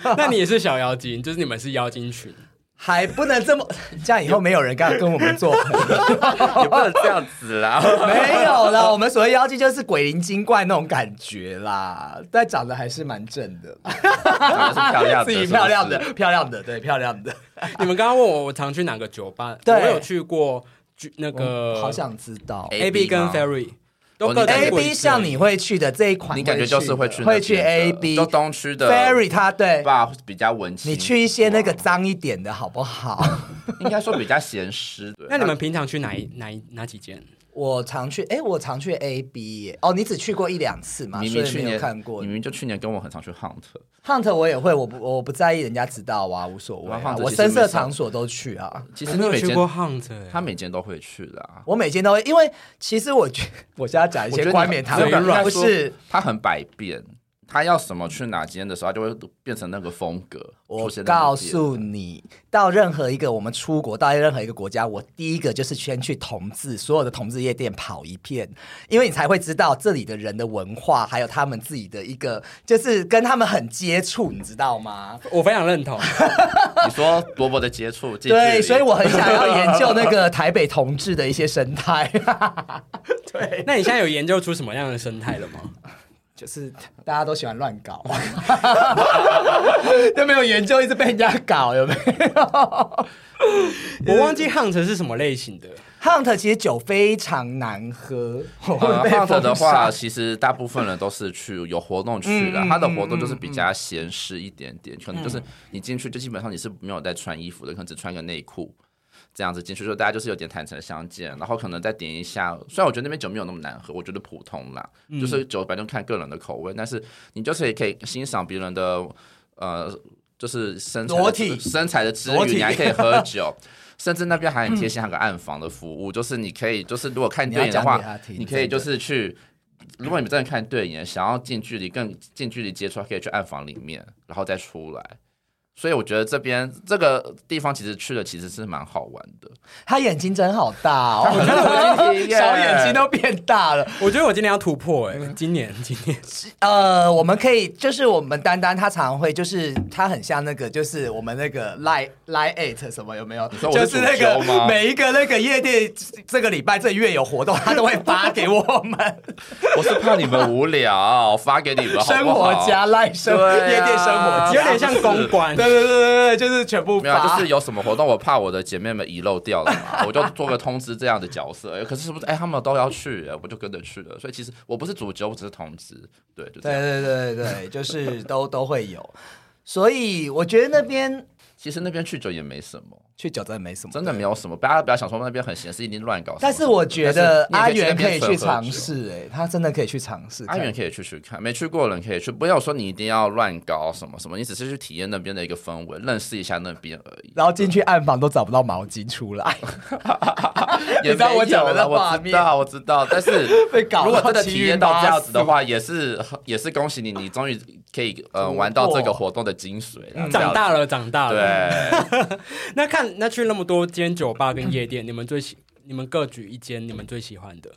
S1: 那你也是小妖精，就是你们是妖精 群。
S2: 还不能这么，这样以后没有人敢跟我们做朋友。
S3: 也不能这样子啦。
S2: 没有啦，我们所谓妖精就是鬼灵精怪那种感觉啦，但长得还是蛮正 的，
S3: 长得是漂亮的，
S2: 自己
S3: 是不
S2: 漂亮的
S3: 是，
S2: 漂亮的，对，漂亮的，
S1: 你们刚刚问我我常去哪个酒吧，
S2: 对
S1: 我有去过居那个
S2: 我好想知道。
S3: 哎
S1: A B 跟
S3: 吗
S1: Ferry 都
S3: 哦
S1: 各
S3: 你
S1: 自
S2: A
S1: 过一
S2: B
S1: 次。
S2: 像你会去的这一款，
S3: 你感觉就是会去那
S2: 会
S3: 边的
S2: 去 A B
S3: 就东区的
S2: Ferry，它对
S3: 吧，比较文青。
S2: 你去一些那个脏一点的好不好？
S3: 应该说比较咸湿的
S1: 那你们平常去哪一哪一哪几间？
S2: 我常去，哎，我常去 A B 耶。哦，你只去过一两次嘛，
S3: 明
S2: 所以
S3: 明去
S2: 没有
S3: 年
S2: 看过
S3: 明。明就去年跟我很常去 hunt，
S2: Hunt 我也会，我不我不在意人家知道啊，无所谓啊、
S3: 我 Hunt
S2: 我
S3: 其实没
S2: 深色
S3: 上
S2: 场所都去啊。
S3: 其
S1: 我
S3: 实
S1: 没
S3: 你
S1: 有
S3: 每
S1: 去
S3: 间
S1: 过 Hunt，欸
S3: 他每间都会去的啊。
S2: 我每天都会，因为其实我觉 我现在讲一
S3: 我觉
S2: 些
S3: 得
S2: 冠冕堂
S1: 你很
S2: 皇，
S1: 软
S2: 不是
S3: 他很百变，他要什么去哪间的时候，他就会变成那个风格。
S2: 我
S3: 出现在那
S2: 告
S3: 边
S2: 诉你，到任何一个我们出国到任何一个国家，我第一个就是先去同志所有的同志夜店跑一遍，因为你才会知道这里的人的文化，还有他们自己的一个，就是跟他们很接触，你知道吗？
S1: 我非常认同。
S3: 你说多么的接触，近距离
S2: 对，所以我很想要研究那个台北同志的一些生态，
S1: 那你现在有研究出什么样的生态了 吗？
S2: 就是大家都喜欢乱搞， 都没有研究，一直被人家搞，有没有？
S1: 我忘记 Hunt 是什么类型的，
S2: Hunt 其实酒非常难喝， 我
S3: 呃
S2: 会被
S3: hunt 的
S2: 封杀嗯
S3: 话，其实大部分人都是去有活动去的，他的活动就是比较闲适一点点，可能就是你进去就基本上你是没有在穿衣服的，可能只穿个内裤。这样子进去之后，大家就是有点坦诚相见，然后可能再点一下。虽然我觉得那边酒没有那么难喝，我觉得普通啦，
S2: 嗯
S3: 就是酒反正看个人的口味，但是你就是也可以欣赏别人的呃，就是身材的
S2: 裸体
S3: 身材的之
S2: 裸
S3: 余，
S2: 体
S3: 你还可以喝酒。甚至那边还很贴心，还有个暗房的服务，就是你可以，就是如果看
S2: 你
S3: 对
S2: 要
S3: 眼的
S2: 讲
S3: 话
S2: 给，他听，
S3: 你可以就
S2: 真的
S3: 是去，如果你们真的看对眼，想要近距离更近距离接触，可以去暗房里面，然后再出来。所以我觉得这边这个地方其实去了其实是蛮好玩的，
S2: 他眼睛真好大哦，我觉得
S3: 小眼睛 耶
S2: 小眼睛都变大了。
S1: 我觉得我今年要突破哎、
S3: 嗯
S1: 今年 今 年
S2: 呃，我们可以就是我们丹丹她常会就是她很像那个就是我们那个 lie lie at 什么有没有？
S3: 说我
S2: 就是是那
S3: 主修吗
S2: 个每一个那个夜店这个礼拜这月有活动，她都会发给我们
S3: 我是怕你们无聊，发给你们 好
S2: 生
S3: 不好
S2: 活家 lie 生活
S3: 对
S2: 夜
S3: 啊
S2: 店生活家，
S1: 有点像公 关
S2: 对。对对对对，就是全部
S3: 没有啊，
S2: 发，
S3: 就是有什么活动，我怕我的姐妹们遗漏掉了 嘛，我就做个通知这样的角色。哎可是是不是？哎，他们都要去，哎我就跟着去了。所以其实我不是主角，我只是通知。对，就这
S2: 对
S3: 样。
S2: 对对对对，就是都都会有。所以我觉得那边
S3: 其实那边去酒也没什么，
S2: 去酒真的没什么，
S3: 真的没有什么。大家不要想说那边很闲，是一定乱搞什么什么。
S2: 但是我觉得阿
S3: 但是你也
S2: 元可以
S3: 去那边纯
S2: 去
S3: 喝酒
S2: 尝。试，哎，他真的可以去尝试。
S3: 阿元可以去去看，没去过的人可以去，不要说你一定要乱搞什么什么，你只是去体验那边的一个氛围，认识一下那边而已。
S2: 然后进去暗房都找不到毛巾出 来，
S3: 也
S2: 你知道我讲的那
S3: 没有啦
S2: 画
S3: 我知
S2: 面
S3: 道，我知道，但是
S2: 被搞到
S3: 如果 真的体验到这样子
S2: 七
S3: 的
S2: 晕八
S3: 话，也是也是恭喜你，你终于可以呃
S2: 突破
S3: 玩到这个活动的精髓
S2: 嗯
S3: 了，
S1: 长大
S3: 了。
S1: 了，长大了。
S3: 对，
S1: 那看那去那么多间酒吧跟夜店，你们最喜，你们各举一间，你们最喜欢的，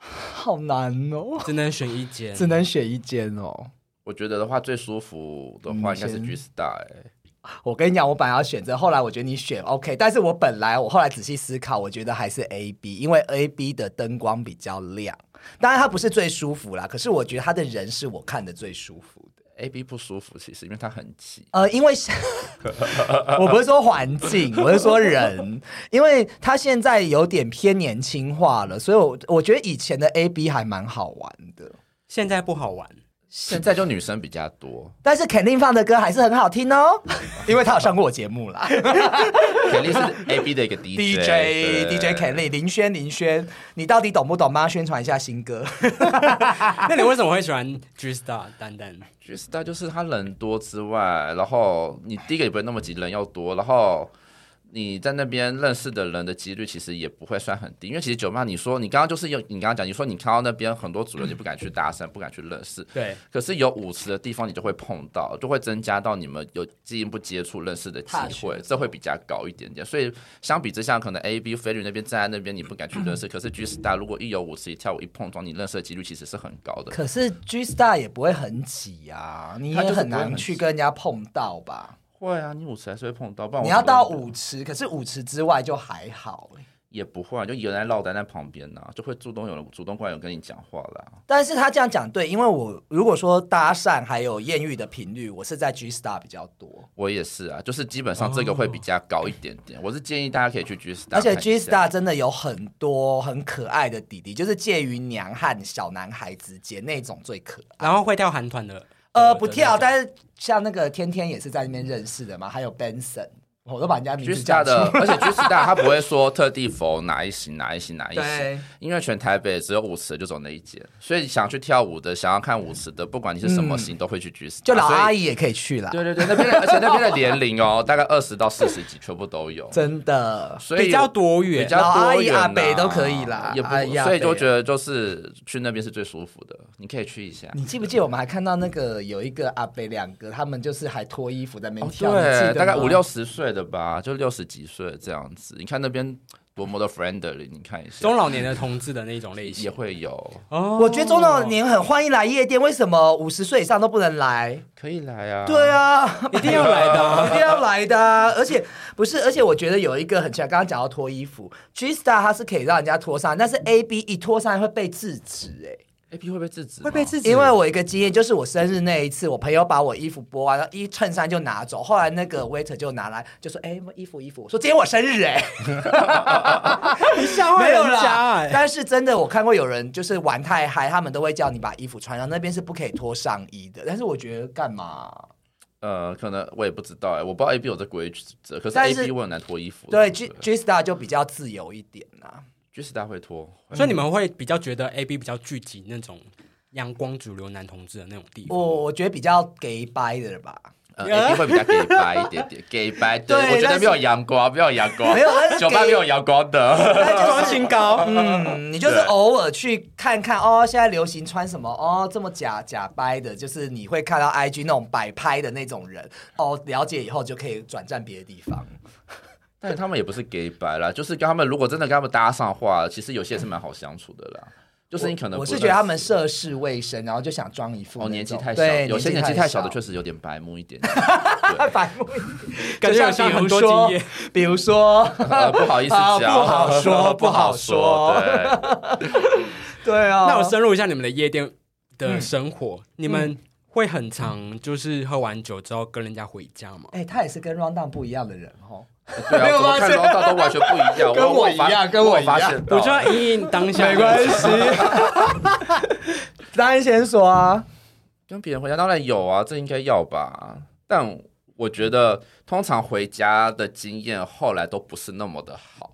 S2: 死，好难哦，
S1: 只能选一间。
S2: 只能选一间哦。
S3: 我觉得的话最舒服的话应该是 G Star，哎，
S2: 我跟你讲，我本来要选择，后来我觉得你选 OK，但是我本来我后来仔细思考，我觉得还是 A B，因为 A B 的灯光比较亮，当然它不是最舒服啦，可是我觉得他的人是我看的最舒服的。
S3: A B 不舒服，其实因为它很挤。
S2: 呃，因为 是我不是说环境，我是说人，因为他现在有点偏年轻化了，所以我我觉得以前的 A B 还蛮好玩的，
S1: 现在不好玩，
S3: 现在就女生比较多，
S2: 但是肯定放的歌还是很好听哦，因为他有上过我节目 啦
S3: 肯定是 A B 的一个 DJ
S2: ，DJ
S3: 对
S2: DJ Kelly 林轩林轩，你到底懂不懂？帮他宣传一下新歌，
S1: 那你为什么会喜欢 G Star 丹丹？
S3: G Star 就是他人多之外，然后你第一个也不会那么急，人又多，然后你在那边认识的人的几率其实也不会算很低，因为其实酒吧你说你刚刚就是有你刚刚讲，你说你看到那边很多主人你不敢去搭讪，不敢去认识，
S1: 对，
S3: 可是有舞池的地方你就会碰到，就会增加到你们有进一步接触认识的机
S2: 踏雪
S3: 会，这会比较高一点点。所以相比之下，可能 A B 飞女那边站在那边你不敢去认
S2: 嗯
S3: 识，可是 G Star 如果一有舞池一跳舞一碰撞，你认识的几率其实是很高的。
S2: 可是 G Star 也不会很挤啊，你
S3: 他
S2: 也
S3: 就是
S2: 很
S3: 不会
S2: 难
S3: 很
S2: 去
S3: 挤
S2: 跟人家碰到吧？
S3: 会啊，你舞池还是会碰到，不然我
S2: 你要
S3: 怎么
S2: 到
S3: 认识
S2: 舞池，可是舞池之外就还好、欸
S3: 也不会、啊，就有人在落单在旁边呐、就会主动有人主动过来有跟你讲话啦。
S2: 但是他这样讲对，因为我如果说搭讪还有艳遇的频率，我是在 G Star 比较多，
S3: 我也是啊，就是基本上这个会比较高一点点。我是建议大家可以去 G Star，
S2: 哦而且
S3: 看一
S2: G
S3: 下
S2: Star 真的有很多很可爱的弟弟，就是介于娘和小男孩之间那种最可爱。
S1: 然后会跳韩团的，
S2: 呃，不跳，
S1: 但
S2: 但是像那个天天也是在那边认识的嘛，还有 Benson，我都把人家名
S3: G
S2: 字叫
S3: Star
S2: 出来
S3: 的， 而且 G Star 他不会说特地否哪一型哪一型哪一型，
S2: 对，
S3: 因为全台北只有舞池就走那一间，所以想去跳舞的、想要看舞池的，不管你是什么型，都会去 G Star。
S2: 就老阿
S3: 姨，
S2: 姨也可以去啦，
S3: 啊对对对，那边的而且那边的年龄哦， 大概二十到四十几全部都有。
S2: 真的。
S3: 所以
S1: 比较多
S3: 比
S1: 元。
S3: 较多元
S2: 老
S3: 啊
S2: 阿姨阿伯都可以啦哎
S3: 也不
S2: 阿姨阿伯
S3: 所以就觉得就是去那边是最舒服的，你可以去一下。
S2: 你记不记得我们还看到那个有一个阿北两个，他们就是还脱衣服在那边
S3: 哦，
S2: 跳，你记
S3: 对
S2: 得，
S3: 大概
S2: 吗
S3: 五六十岁的吧，就六十几岁这样子。你看那边多么的 friendly，你看一下，
S1: 中老年的同志的那种类
S3: 也
S1: 型，
S3: 会有，
S1: 哦
S2: 我觉得中老 年很欢迎来夜店，为什么五十岁以上都不能来？
S3: 可以来啊。
S2: 对，啊，
S1: 一定要来的啊、
S2: 一定要来的啊、而且不是，而且我觉得有一个很奇怪，刚刚讲到脱衣服，G Star 它是可以让人家脱衫，
S1: 嗯
S2: 但是 A B 一脱衫会被制止哎、
S3: A P 会被制止吗，
S1: 会被自己，
S2: 因为我一个经验就是我生日那一次，我朋友把我衣服剥完，然后一衬衫就拿走，后来那个 waiter 就拿来就说：“哎、衣服衣服。”我说：“今天我生日哎、
S1: 你吓坏
S2: 没有
S1: 人家
S2: 啦
S1: 哎、，
S2: 但是真的，我看过有人就是玩太嗨，他们都会叫你把衣服穿上，那边是不可以脱上衣的。但是我觉得干嘛？
S3: 呃，可能我也不知道哎、我不知道 A B 有这规则，可是
S2: 但
S3: A
S2: 是
S3: B 我很难脱衣服。
S2: 对
S3: ，G
S2: ，G G Star 就比较自由一点啊呐、
S3: G 是大会脱，
S1: 所以你们会比较觉得 A B 比较聚集那种阳光主流男同志的那种地方。
S2: 我我觉得比较 gay 掰的吧，
S3: 呃，A B 会比较给白一点点，给白对，
S2: 对
S3: 我觉
S2: 但
S3: 得
S2: 是
S3: 没有阳光，没有阳光
S2: 没，有，但是
S3: 酒吧
S2: 给
S3: 没有阳光的，
S2: 但就是
S1: 光清高，嗯，
S2: 嗯，你就是
S3: 对
S2: 偶尔去看看哦，现在流行穿什么哦，这么假假掰的，就是你会看到 IG 那种摆拍的那种人哦，了解以后就可以转战别的地方。
S3: 但他们也不是给白啦，就是跟他们如果真的跟他们搭上话，其实有些是蛮好相处的啦，就是你可能
S2: 我
S3: 不
S2: 是
S3: 认
S2: 觉得他
S3: 识
S2: 们涉世未深，然后就想装一副
S3: 哦
S2: 那
S3: 年纪
S2: 种
S3: 太小，
S2: 对，
S3: 有些年纪太
S2: 太
S3: 小的确
S2: 实
S3: 实有点白目一点，
S2: 白目，
S1: 感觉有像很多经验。
S2: 比如 说，
S3: 呃不好意思
S2: 啊
S3: 讲，
S2: 不好 说
S3: 不好说，
S2: 不好
S3: 对。
S2: 对啊，
S1: 那我深入一下你们的夜店
S2: 嗯
S1: 的生活，你们会很常就是喝完酒之后跟人家回家吗？
S2: 哎、他也是跟 Round Down 不一样的人哦。
S3: 对
S2: 没
S3: 啊，
S2: 有
S3: 怎么看
S2: 发现
S3: 楼道都完全 不一样，
S2: 跟我
S3: 我
S2: 一样
S3: 发
S2: 跟我
S3: 我
S2: 一
S3: 发
S2: 样
S3: 现到
S1: 我觉得隐隐当下
S2: 没关 系，当然先说啊，
S3: 跟别人回家当然有啊，这应该要吧，但我觉得通常回家的经验后来都不是那么的好。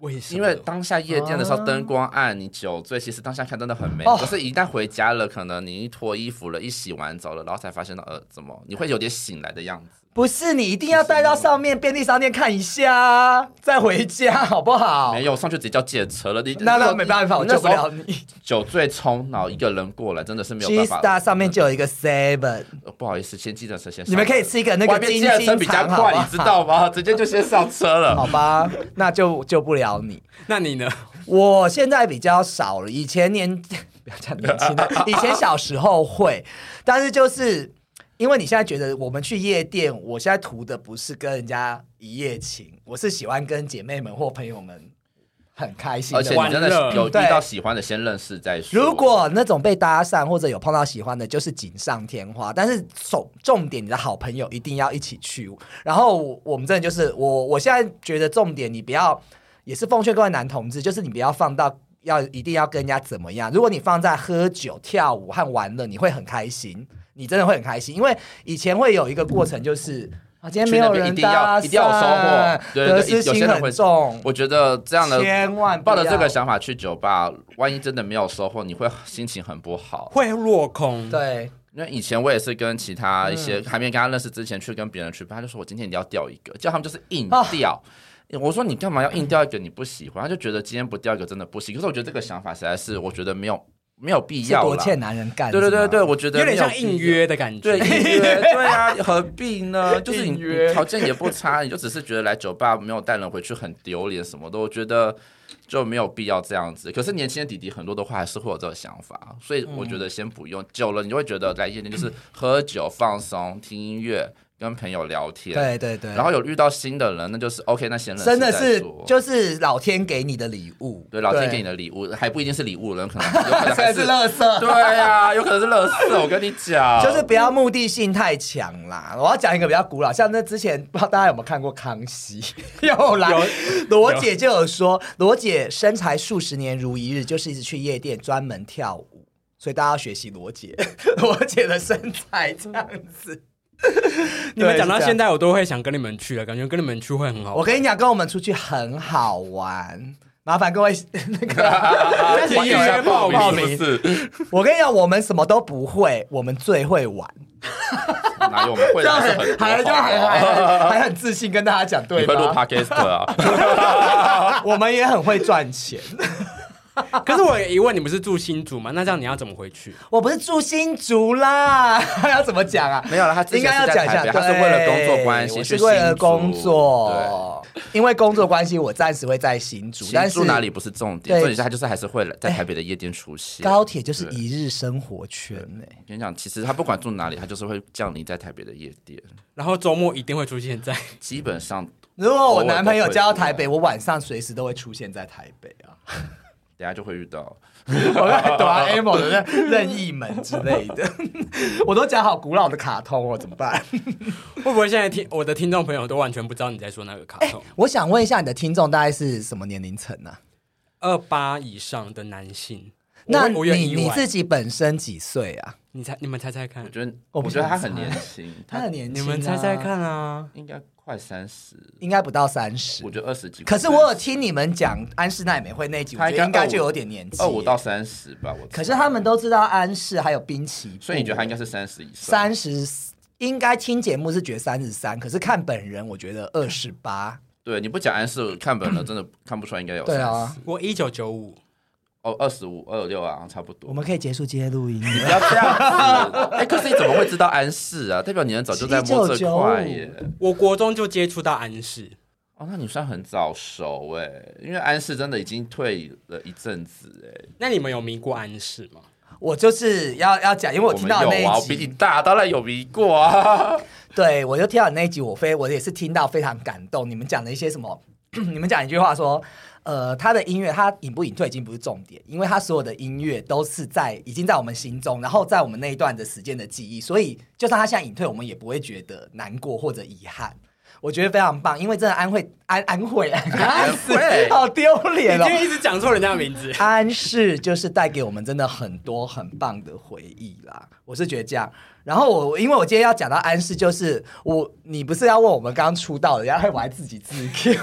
S1: 为什
S3: 因
S1: 么？
S3: 为当下夜店的时候，灯光暗，你酒醉，其实当下看真的很美。
S2: 啊哦
S3: 可是，一旦回家了，可能你一脱衣服了，一洗完澡了，然后才发现到，呃，怎么你会有点醒来的样子？
S2: 不是你一定要带到上面便利商店看一下啊，再回家好不好？
S3: 没有，上去直接叫借车了。你
S2: 哦那那没办法，我救不。
S3: 那时
S2: 了
S3: 候
S2: 你。
S3: 酒醉冲脑，一个人过来真的是没有
S2: G
S3: 办法。
S2: Star 上面就有一个 Seven，
S3: 呃不好意思，先计程车先上。
S2: 你们可以吃一个那
S3: 外
S2: 个
S3: 面
S2: 金
S3: 计程车
S2: 金
S3: 比较
S2: 肠，好
S3: 快，
S2: 不
S3: 你
S2: 好
S3: 知？道吗？直接就先上车了。
S2: 好吧，那就救不了你。
S1: 那你呢？
S2: 我现在比较少了，以前年 不要讲年轻了，以前小时候会，但是就是因为你现在觉得我们去夜店，我现在图的不是跟人家一夜情，我是喜欢跟姐妹们或朋友们很开心
S3: 而
S2: 的
S3: 且
S2: 玩。
S3: 你真的
S1: 玩乐
S3: 是有遇
S2: 对
S3: 到喜欢的，先认识再说。
S2: 如果那种被搭讪或者有碰到喜欢的，就是锦上添花。但是重重点，你的好朋友一定要一起去。然后我我们真的就是我，我现在觉得重点，你不要也是奉劝各位男同志，就是你不要放到要一定要跟人家怎么样。如果你放在喝酒、跳舞和玩乐，你会很开心，你真的会很开心。因为以前会有一个过程，就是啊，今天没有人
S3: 去那
S2: 搭
S3: 边一定要一定要有收
S2: 讪
S3: 获，对对
S2: 得
S3: 对
S2: 失
S3: 有些
S2: 心
S3: 人
S2: 很
S3: 会
S2: 重，
S3: 我觉得这样的
S2: 千万不
S3: 抱着这
S2: 要
S3: 个想法去酒吧，万一真的没有收获，你会心情很不好。
S1: 会落空，
S2: 对。
S3: 因为以前我也是跟其他一些还没跟他认识之前去跟别人去，他就说我今天一定要钓一个，叫他们就是硬
S2: 啊
S3: 钓。我说你干嘛要硬钓一个你不喜欢？他就觉得今天不钓一个真的不行。可是我觉得这个想法实在是，我觉得没有没有必
S2: 是
S3: 要
S2: 多
S3: 啦。
S2: 欠男人干，
S3: 对对
S2: 是吗
S3: 对对，我觉得
S1: 有点
S3: 没有
S1: 像应
S3: 必要
S1: 约的感觉。
S3: 对， 应约对啊，何必呢？就是
S2: 应
S3: 你
S2: 约
S3: 你条件也不差，你就只是觉得来酒吧没有带人回去很丢脸什么的，我觉得就没有必要这样子。可是年轻的弟弟很多的话还是会有这个想法，所以我觉
S2: 嗯
S3: 得先不用。久了你就会觉得来夜店就是喝酒放松、听音乐、跟朋友聊天。
S2: 对对对，
S3: 然后有遇到新的人，那就是 OK，那先认识
S2: 真的
S3: 再
S2: 是
S3: 说
S2: 就是老天给你的礼物，
S3: 对老天给你
S2: 的，
S3: 的礼物，还不一定是礼物了， 可能有可能还
S2: 真的
S3: 是
S2: 是乐色。
S3: 对啊啊，有可能是乐色。我跟你讲，
S2: 就是不要目的性太强啦！我要讲一个比较古老，像那之前不知道大家有没有看过《康熙》 又 来，罗姐就有说，罗姐身材数十年如一日，就是一直去夜店专门跳舞，所以大家要学习罗姐， 罗姐的身材这样子。
S1: 你们讲到现
S2: 在，
S1: 在，我都会想跟你们去了，感觉跟你们去会很好
S2: 我
S1: 玩。
S2: 跟你讲，跟我们出去很好玩，麻烦各位那 个
S3: 但
S1: 是预约报名
S3: 是不是？
S2: 我跟你讲，我们什么都不会，我们最会玩，
S3: 哪有我们会
S2: 这样
S3: 的
S2: 很
S3: 是 很
S2: 还就还还 还还很自信跟大家讲，对
S3: 你会录
S2: 吗？
S3: podcast 啊？
S2: 我们也很会赚钱。
S1: 可是我有疑问，你们是住新竹吗？那这样你要怎么回去？
S2: 我不是住新竹啦， 要怎么讲啊？
S3: 没有了，他之前
S2: 应该要
S3: 是在
S2: 讲一下，
S3: 台北他是为了工作
S2: 对
S3: 关系
S2: 我
S3: 去
S2: 是
S3: 新
S2: 为了
S3: 竹
S2: 工。作，因为工作关系，我暂时会在新竹
S3: 对，
S2: 但
S3: 新
S2: 是
S3: 住哪里不是重点，
S2: 对
S3: 重点是他就是还是会在台北的夜店出现。
S2: 高铁就是
S3: 对
S2: 一日生活圈欸呢、
S3: 我跟你讲，其实他不管住哪里，他就是会降临在台北的夜店，
S1: 然后周末一定会出现 在。
S3: 基本上。
S2: 如果我男朋友
S3: 哦偶尔都会
S2: 嫁到台北，
S3: 出
S2: 我晚上随时都会出现在台北啊。
S3: 等一下就会遇到，
S2: 我在哆啦 A 梦的任意门之类的， 我都讲好古老的卡通哦，怎么办？
S1: 会不会现在听我的听众朋友都完全不知道你在说哪个卡
S3: 哎
S1: 通？
S2: 我想问一下，你的听众大概是什么年龄层啊呢、
S1: 二八以上的男性，
S2: 那
S1: 我会我有
S2: 你
S1: 意外
S2: 你自己本身几岁啊？
S1: 你猜，你们猜猜看啊
S3: 我，觉得
S2: 我不
S3: 我觉得他
S2: 想
S3: 很
S2: 猜
S3: 年轻，
S2: 他很年
S1: 你
S2: 轻、
S1: 们猜猜，看啊！
S3: 应该快三十，
S2: 应该不到三十
S3: 我。觉得二十几。
S2: 可是我有听你们讲安室奈美惠那一集，我
S3: 他
S2: 觉得应
S3: 应该
S2: 该就有点年纪。
S3: 二五到，三十吧，我。
S2: 可是他们都知道安室还有滨崎步，
S3: 所以你觉得他应该是三十以上？
S2: 三十应该听节目是觉得三十三，可是看本人我觉得二十八。
S3: 对，你不讲暗示，看本人真的看不出来应该有。
S2: 对，啊，
S1: 我一九九五，
S3: 哦，二十五、二十六啊，差不多。
S2: 我们可以结束今天录音。
S3: 不要这样子。哎、可是你怎么会知道安室啊？代表你很早就在摸这块耶。
S1: 我国中就接触到安室，
S3: 哦，那你算很早熟哎，因为安室真的已经退了一阵子哎。
S1: 那你们有迷过安室吗？
S2: 我就是要要讲，因为我听
S3: 们
S2: 到那
S3: 有啊，
S2: 一
S3: 我比
S2: 集，
S3: 你大，当然有迷过啊。
S2: 对我就听到那一集，我非我也是听到非常感动。你们讲的一些什么？ 你们讲一句话说，呃，他的音乐他隐不隐退已经不是重点，因为他所有的音乐都是在已经在我们心中，然后在我们那一段的时间的记忆，所以就算他现在隐退，我们也不会觉得难过或者遗憾。我觉得非常棒，因为真的安慧安安慧安死
S3: 慧
S2: 好丢脸
S1: 你
S2: 哦。
S1: 今。天一直讲错人家的名字
S2: 安室就是带给我们真的很多很棒的回忆啦，我是觉得这样。然后我因为我今天要讲到安室，就是我你不是要问我们刚出道的，然后我还自己自 Q，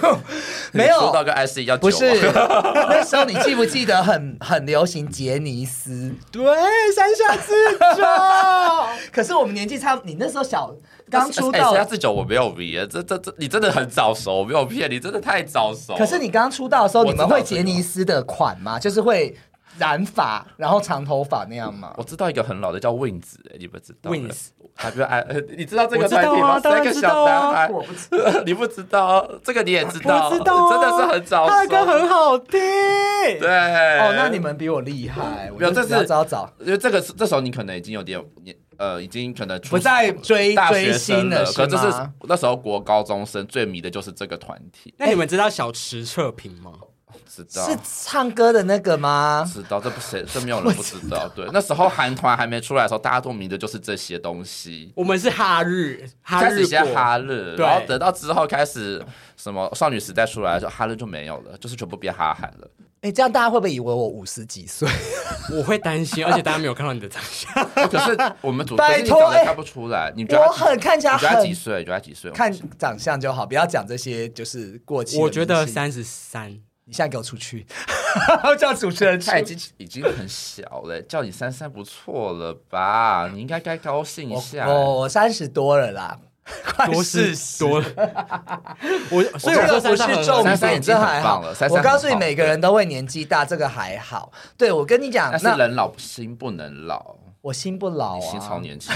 S2: 没
S3: 你说到
S2: 有。
S3: 跟安室一样久
S2: 不
S3: 啊，
S2: 是， 那时候你记不记得很很流行杰尼斯？
S1: 对，山下智久。
S2: 可是我们年纪差不，你那时候小刚出
S3: 哎，
S2: 道
S3: 人，家自久我没有迷耶，这这这，你真的很早熟，我没有骗你，真的太早熟了。
S2: 可是你刚出道的时候，
S3: 我
S2: 你
S3: 知道
S2: 们会
S3: 这
S2: 杰
S3: 个
S2: 尼斯的款吗？就是会染发，然后长头发那样吗？
S3: 我知道一个很老的叫 Wins，哎你们知道
S1: Wins
S3: 还不是安，呃 你知道这个
S1: 我知道啊
S3: 团体吗？
S1: 当然
S3: 三个
S1: 知道
S3: 小
S1: 啊
S3: 男孩
S2: 我不知，
S3: 你不知道，这个你也知道，
S1: 我知道啊
S3: 真的是很早熟。
S1: 他的歌很好听。
S3: 对，
S2: 哦
S3: 哦，
S2: 那你们比我厉害，我
S3: 没有
S2: 就
S3: 这
S2: 只要
S3: 是
S2: 早早。
S3: 因为这个是这时候你可能已经有点，你呃，已经可能出
S2: 不再追
S3: 大
S2: 追
S3: 学生
S2: 星了，
S3: 可这是
S2: 吗？
S3: 那时候国高中生最迷的就是这个团体，
S1: 那你们知道小池彻平吗？
S3: 知道
S2: 是唱歌的那个吗？
S3: 知道，这不谁这没有人不知道。对，那时候韩团还没出来的时候，大家都迷的就是这些东西。
S1: 我们是哈日，哈
S3: 开始
S1: 日
S3: 先
S1: 果。
S3: 哈日，
S1: 对
S3: 然后等到之后开始什么少女时代出来的时候，哈日就没有了，就是全部变哈韩 了。
S2: 哎、这样大家会不会以为我五十几岁？
S1: 我会担心，而且大家没有看到你的长相。
S3: 可是我们组，可
S2: 拜
S3: 是你
S2: 托
S3: 长得
S2: 哎
S3: 看不出来，你觉得
S2: 我
S3: 他
S2: 很看起来
S3: 你觉得他几
S2: 很
S3: 岁？你觉得他几岁？
S2: 看长相就好，不要讲这些就是过气的明星。
S1: 我觉得三十三，
S2: 你现在给我出去， 叫主持人出
S3: 他已经已经很小了，叫你珊珊不错了吧？你应该该高兴一
S2: 我
S3: 下。
S2: 我我三十多了啦， 快
S1: 多
S2: 哎四
S1: 是
S2: 十。
S1: 多。我所以我
S2: 这
S1: 说
S2: 个不
S1: 珊珊
S2: 是
S1: 很
S2: 重
S1: 好
S3: 珊
S2: 点，
S3: 珊已
S2: 这
S3: 经很
S2: 还好
S3: 棒了珊。珊
S2: 我
S3: 很棒
S2: 告诉你，每个人都会年纪大，这个还好。对，我跟你讲
S3: 但，是
S2: 那
S3: 人老心不能老，
S2: 我心不老
S3: 心 超
S2: 啊，
S3: 年轻。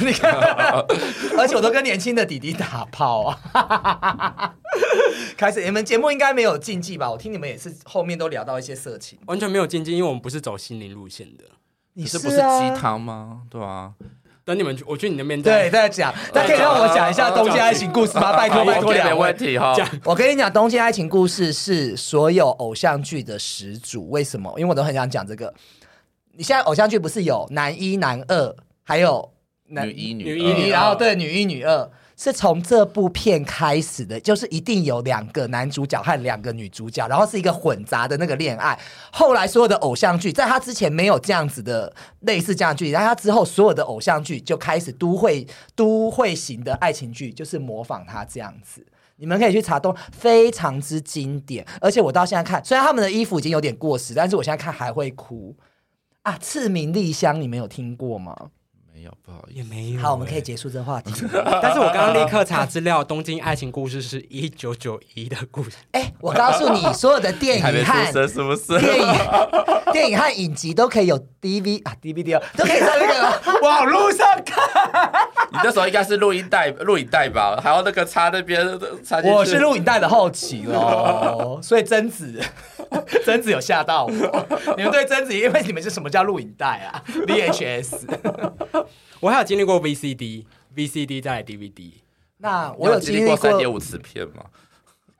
S2: 而且我都跟年轻的弟弟打炮啊！ 开始，你们节目应该没有禁忌吧？我听你们也是后面都聊到一些色情，
S1: 完全没有禁忌，因为我们不是走心灵路线的。
S2: 你
S3: 这
S2: 是
S3: 不是鸡
S2: 啊？
S3: 汤吗？对啊，
S1: 等你们去，我去你那边
S2: 对，
S1: 再
S2: 在讲，那可以让我讲一下《东京爱情故事》 吗？拜托， 拜托，
S3: 哦没
S2: 两位
S3: 问。题哈。
S2: 我跟你讲，《东京爱情故事》是所有偶像剧的始祖。为什么？因为我都很想讲这个。你现在偶像剧不是有男一、男二，还有男
S3: 女一
S1: 女
S3: 二
S1: 一女
S2: 然后对女一、女二是从这部片开始的，就是一定有两个男主角和两个女主角，然后是一个混杂的那个恋爱。后来所有的偶像剧，在他之前没有这样子的类似这样的剧，然后他之后所有的偶像剧就开始都会都会型的爱情剧，就是模仿他这样子。你们可以去查东，非常之经典，而且我到现在看，虽然他们的衣服已经有点过时，但是我现在看还会哭啊！赤名丽香，你们有听过吗？
S3: 没有，不好意
S1: 也
S3: 思。
S1: 没有。欸
S2: 好，我们可以。结束这话题。
S1: 但是我刚刚立刻查资料，《东京爱情故事》是一九九一的故事。
S2: 哎、我告诉你，所有的电
S3: 你还没
S2: 影
S3: 出
S2: 和
S3: 生是不是？
S2: 电影、电影和影集都可以有 DV 啊，DVD 哦都可以在那 个网络上看。
S3: 你那时候应该是录音带，录影带吧？还要那个插那边插进去。
S2: 我是录影带的后期 喽，所以贞子， 贞子有吓到我。你们对贞子，因为你们是什么叫录影带啊？VHS。
S1: 我还有经历过 VCD、VCD 再来 DVD。
S2: 那
S3: 你
S2: 我有
S3: 有
S2: 经历
S3: 过
S2: 过。
S3: 三点五磁片吗？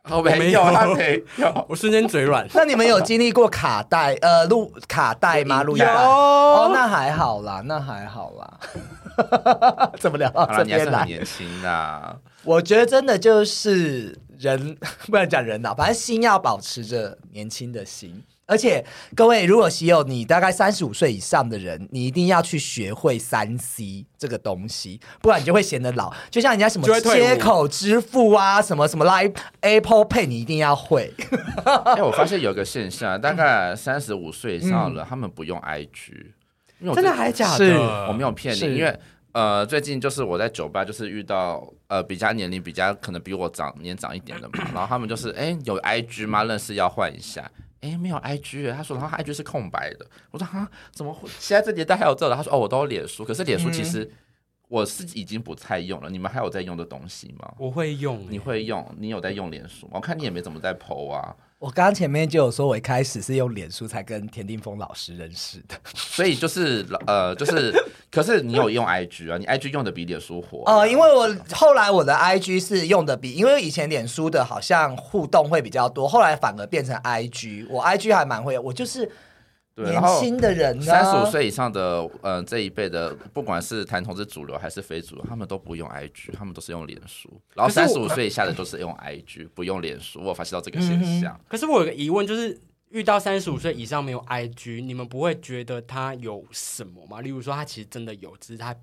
S3: 哦，
S1: 没
S3: 没
S1: 有
S3: 有，他没有。
S1: 我瞬间嘴软
S2: 那你们有经历过卡带呃录卡带吗？录音带哦，那还好啦，那还好啦。 怎么聊到
S3: 好
S2: 这
S3: 了，你还
S2: 边
S3: 是很
S2: 来？
S3: 年轻呐。
S2: 我觉得真的就是人， 不能讲人呐，反正心要保持着年轻的心。而且各位，如果喜有你大概三十五岁以上的人，你一定要去学会三 C 这个东西，不然你就会显得老。就像人家什么
S1: 就会退伍
S2: 接口支付啊，什么什么 Line Apple Pay，你一定要会。
S3: 哎，我发现有个现象，大
S1: 嗯
S3: 概三十五岁以上的人，他们不用 IG，因为我
S1: 真的
S3: 最
S1: 还假
S2: 是
S1: 的？
S3: 我没有骗你，
S2: 是
S3: 因为呃，最近就是我在酒吧就是遇到呃比较年龄比较可能比我长年长一点的嘛，然后他们就是哎有 IG 吗？认识要换一下。哎，没有 IG，他说，然后他 IG 是空白的。我说啊，怎么会？现在这年代还有这个？他说哦，我都有脸书，可是脸书其
S1: 嗯
S3: 实我是已经不太用了。你们还有在用的东西吗？
S1: 我会用、
S3: 你
S1: 欸，
S3: 会用？你有在用脸书吗？我看你也没怎么在 PO 啊，
S2: 我刚刚前面就有说，我一开始是用脸书才跟田定峰老师认识的。
S3: 所以就是呃， 就是，可是你有用 IG 啊？你 IG 用的比脸书火啊
S2: 呃，因为我后来我的 IG 是用的比，因为以前脸书的好像互动会比较多，后来反而变成 IG。我 IG 还蛮会，我就是
S3: 对，
S2: 年
S3: 然后
S2: 轻的啊人呢、
S3: 三十五岁以上的，呃，这一辈的，不管是谈同志主流还是非主流，他们都不用 IG，他们都是用脸书。然后
S1: 可
S3: 三
S1: 是
S3: 十
S1: 我
S3: 五岁以下的都是用 IG，不用脸书。我有发现到这个现象，
S1: 可是我有个疑问，就是遇到三十五岁以上没有 IG，你们不会觉得他有什么吗？例如说，他其实真的有，只是他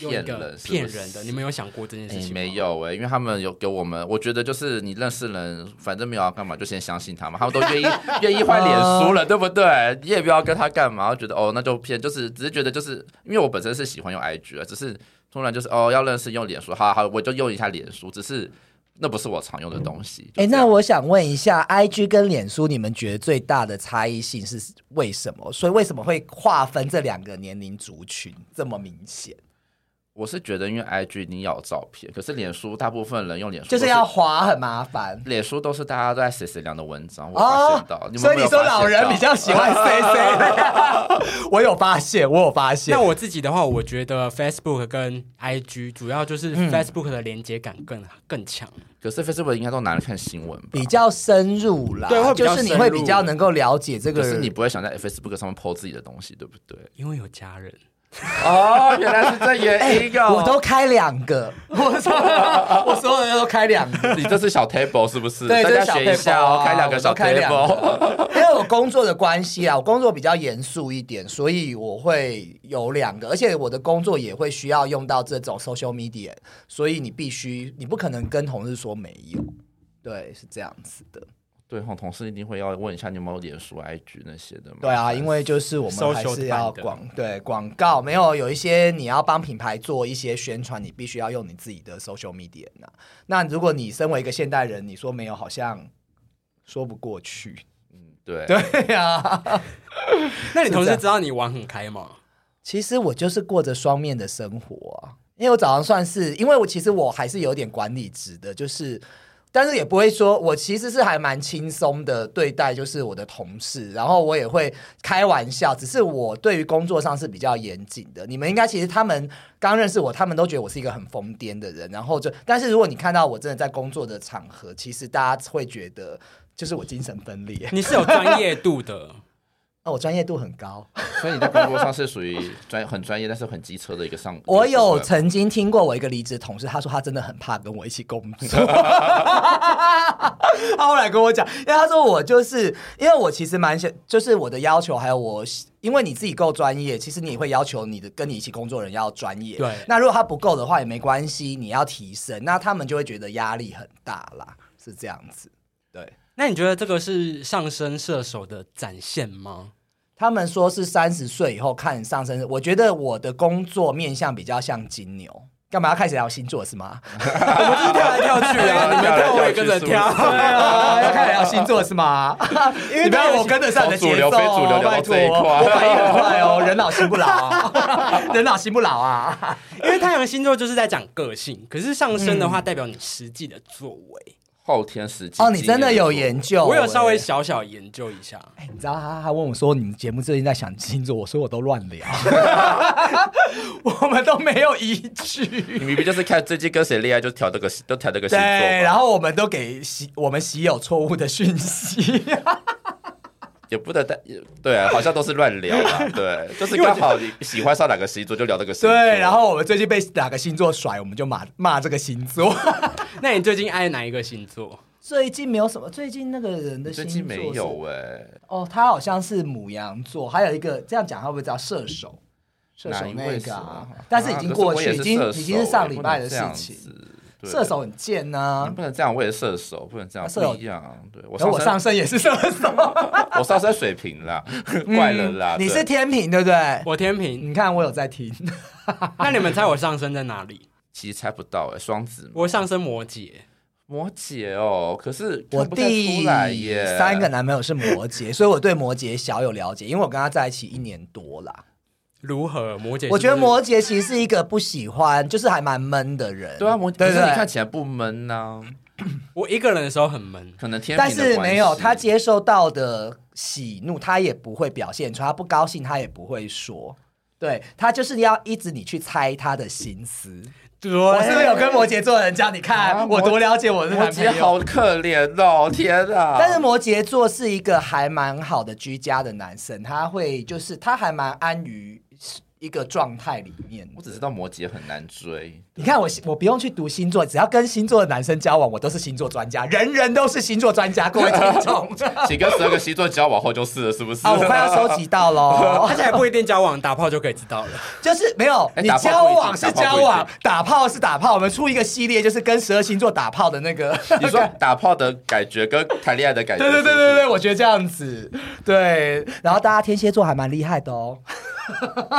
S1: 用一
S3: 骗
S1: 个
S3: 人是不是
S1: 骗人的，你们有想过这件事
S3: 哎、
S1: 情吗？
S3: 没。有哎、因为他们有给我们，我觉得就是你认识人，反正没有要干嘛，就先相信他嘛。他们都愿 意愿意换脸
S2: 哦
S3: 书了，对不对？你也不要跟他干嘛，我觉得哦，那就骗，就是只是觉得就是因为我本身是喜欢用 IG 啊，只是突然就是哦要认识用脸书，好好我就用一下脸书，只是那不是我常用的东西。就
S2: 哎、
S3: 这样
S2: 那我想问一下，IG 跟脸书，你们觉得最大的差异性是为什么？所以为什么会划分这两个年龄族群这么明显？
S3: 我是觉得，因为 IG 你要有照片，可是脸书大部分人用脸书都
S2: 就是要滑很麻烦
S3: 脸书都是大家都在写写量的文章，我发
S2: 哦
S3: 现到，你们
S2: 所以
S3: 没
S2: 你
S3: 有
S2: 说
S3: 发现
S2: 老人
S3: 到
S2: 比较喜欢 CC，我 有发现，我有发现
S1: 那。我自己的话，我觉得 Facebook 跟 IG 主要就是 Facebook 的连接感更、更强。
S3: 可是 Facebook 应该都拿来看新闻吧？
S2: 比较深入啦，
S1: 对会比
S2: 就
S1: 较
S2: 是你
S1: 深
S2: 会
S1: 入
S2: 比较能够了解这个
S3: 可
S2: 人。
S3: 是你不会想在 Facebook 上面 PO 自己的东西，对不对？
S1: 因为有家人，
S3: 哦，原来是这原因
S2: 我都开两个， 我所有 我所有人都开两个。
S3: 你这是小 table 是不是？
S2: 对，
S3: 大
S2: 这是
S3: 家
S2: 小
S3: 学一
S2: paper
S3: 下
S2: 啊
S3: 哦，开两个
S2: 我
S3: 小
S2: 都开两个
S3: table。
S2: 因为我工作的关系啊，我工作比较严肃一点，所以我会有两个，而且我的工作也会需要用到这种 social media，所以你必须，你不可能跟同事说没有，对，是这样子的。
S3: 对，我同事一定会要问一下你有没有脸书、IG 那些的嘛。
S2: 对啊，因为就是我们还
S1: Social
S2: 是要
S1: time 的
S2: 广对广告，没有有一些你要帮品牌做一些宣传，你必须要用你自己的 social media 呢、那如果你身为一个现代人，你说没有，好像说不过去。
S3: 嗯对
S2: 对呀、
S1: 那你
S2: 是这
S1: 同
S2: 样
S1: 事知道你玩很开吗？
S2: 其实我就是过着双面的生活啊，因为我早上算是，因为我其实我还是有点管理职的，就是，但是也不会说，我其实是还蛮轻松的对待，就是我的同事，然后我也会开玩笑，只是我对于工作上是比较严谨的。你们应该其实他们刚认识我，他们都觉得我是一个很疯癫的人，然后就，但是如果你看到我真的在工作的场合，其实大家会觉得就是我精神分裂，
S1: 你是有专业度的，
S2: 啊，我专业度很高。
S3: 所以你在工作上是属于专很专业，但是很机车的一个上。
S2: 我有
S3: 一个
S2: 曾经听过我一个离职同事，他说他真的很怕跟我一起工作。 他后来跟我讲，因为他说我就是因为我其实蛮想，就是我的要求还有我，因为你自己够专业，其实你也会要求你的跟你一起工作的人要专业。
S1: 对
S2: 那如果他不够的话也没关系，你要提升，那他们就会觉得压力很大啦，是这样子。对。
S1: 那你觉得这个是上升射手的展现吗？
S2: 他们说是三十岁以后看上升，我觉得我的工作面向比较像金牛。干嘛要开始聊星座是吗？
S1: 我就是跳来跳去啊，你们跳我也跟着
S3: 跳
S1: 跳。
S3: 来跳去是不是
S2: 啊，要开始聊星座是 吗？你不要我跟得上你的节奏、哦，
S3: 从主流非主流聊
S2: 拜
S3: 到
S2: 托，
S3: 这一块
S2: 我反应很快哦， 人老心不老 啊，人老心不老啊。
S1: 因为太阳星座就是在讲个性，可是上升的话代表你实际的作为。
S3: 后天时期
S2: 哦，你真的有研究？
S1: 我有稍
S3: 欸
S1: 微
S2: 哎
S1: 小小研究一下，
S2: 哎你知道他他问我说你们节目最近在想星座，我说我都乱聊， 我们都没有依据。
S3: 你明明就是看最近跟谁恋爱，就调这个，都调这个星
S2: 对，
S3: 座嘛。
S2: 然后我们都给喜我们喜有错误的讯 息。
S3: 也不能带，也对啊，好像都是乱聊 啦，对，就是刚好你喜欢上哪个星座就聊这个星座。
S2: 对，然后我们最近被哪个星座甩，我们就骂骂这个星座。
S1: 那你最近爱哪一个星座？
S2: 最近没有什么，最近那个人的
S3: 最
S2: 星座
S3: 近没
S2: 是
S3: 有哎、
S2: 哦，他好像是母羊座，还有一个这样讲，他会不会叫射手？射手
S3: 哪一
S2: 那
S3: 位
S2: 个、
S3: 啊
S2: 啊，但是已经过
S3: 可是
S2: 去，
S3: 我也
S2: 已
S3: 是
S2: 经
S3: 射
S2: 已
S3: 手
S2: 经是上礼拜的事。
S3: 哎
S2: 情。
S3: 不能
S2: 射
S3: 这样子对
S2: 手很贱呐、
S3: 你不能这样，我也是射手，不能这样，
S2: 啊射手
S3: 不一样。对我
S2: 然
S3: 上
S2: 后我上
S3: 升，
S2: 身也 是射手，
S3: 我上升水平啦，怪了啦。
S2: 嗯 你
S3: 对
S2: 是天平对不对？
S1: 我天平，
S2: 你看我有在听，
S1: 那你们猜我上升在哪里？
S3: 其实猜不到哎、双子
S1: 我上升摩羯，
S3: 摩羯哦，可是
S2: 我
S3: 看不太
S2: 第
S3: 出来耶，
S2: 三个男朋友是摩羯，所以我对摩羯小有了解，因为我跟他在一起一年多啦。
S1: 如何？摩羯是不是，
S2: 我觉得摩羯其实是一个不喜欢，就是还蛮闷的人。
S3: 对啊，摩
S2: 对
S3: 可是你
S2: 对
S3: 看起来不闷呐、
S1: 我一个人的时候很闷，
S3: 可能天
S2: 但
S3: 平的
S2: 是没有
S3: 关系
S2: 他接受到的喜怒，他也不会表现出来，他不高兴他也不会说。对他就是要一直你去猜他的心思。
S1: 对，啊
S2: 我是不是有跟摩羯座的人讲？你看、
S3: 啊摩
S2: 我多了解我的
S3: 摩
S2: 男朋
S3: 羯
S2: 友。
S3: 好可怜哦，天啊！
S2: 但是摩羯座是一个还蛮好的居家的男生，他会就是他还蛮安于一个状态里面。
S3: 我只知道摩羯很难追，
S2: 你看我我不用去读星座，只要跟星座的男生交往，我都是星座专家，人人都是星座专家，各位听 众
S3: 请跟十二个星座交往后就是了，是不是？
S2: 啊，我快要收集到 喽
S1: 而。且还不一定交往，打炮就可以知道了。
S2: 就是没有，
S3: 哎
S2: 你
S3: 打炮
S2: 交
S3: 不一定
S2: 往是
S3: 打炮
S2: 交
S3: 不一定
S2: 往，打炮是打炮。我们出一个系列，就是跟十二星座打炮的那个。
S3: 你说打炮的感觉跟谈恋爱的 感觉，
S2: 对对对
S3: 是不
S2: 对
S3: 是
S2: 对，我觉得这样子对。然后大家天蝎座还蛮厉害的 哦，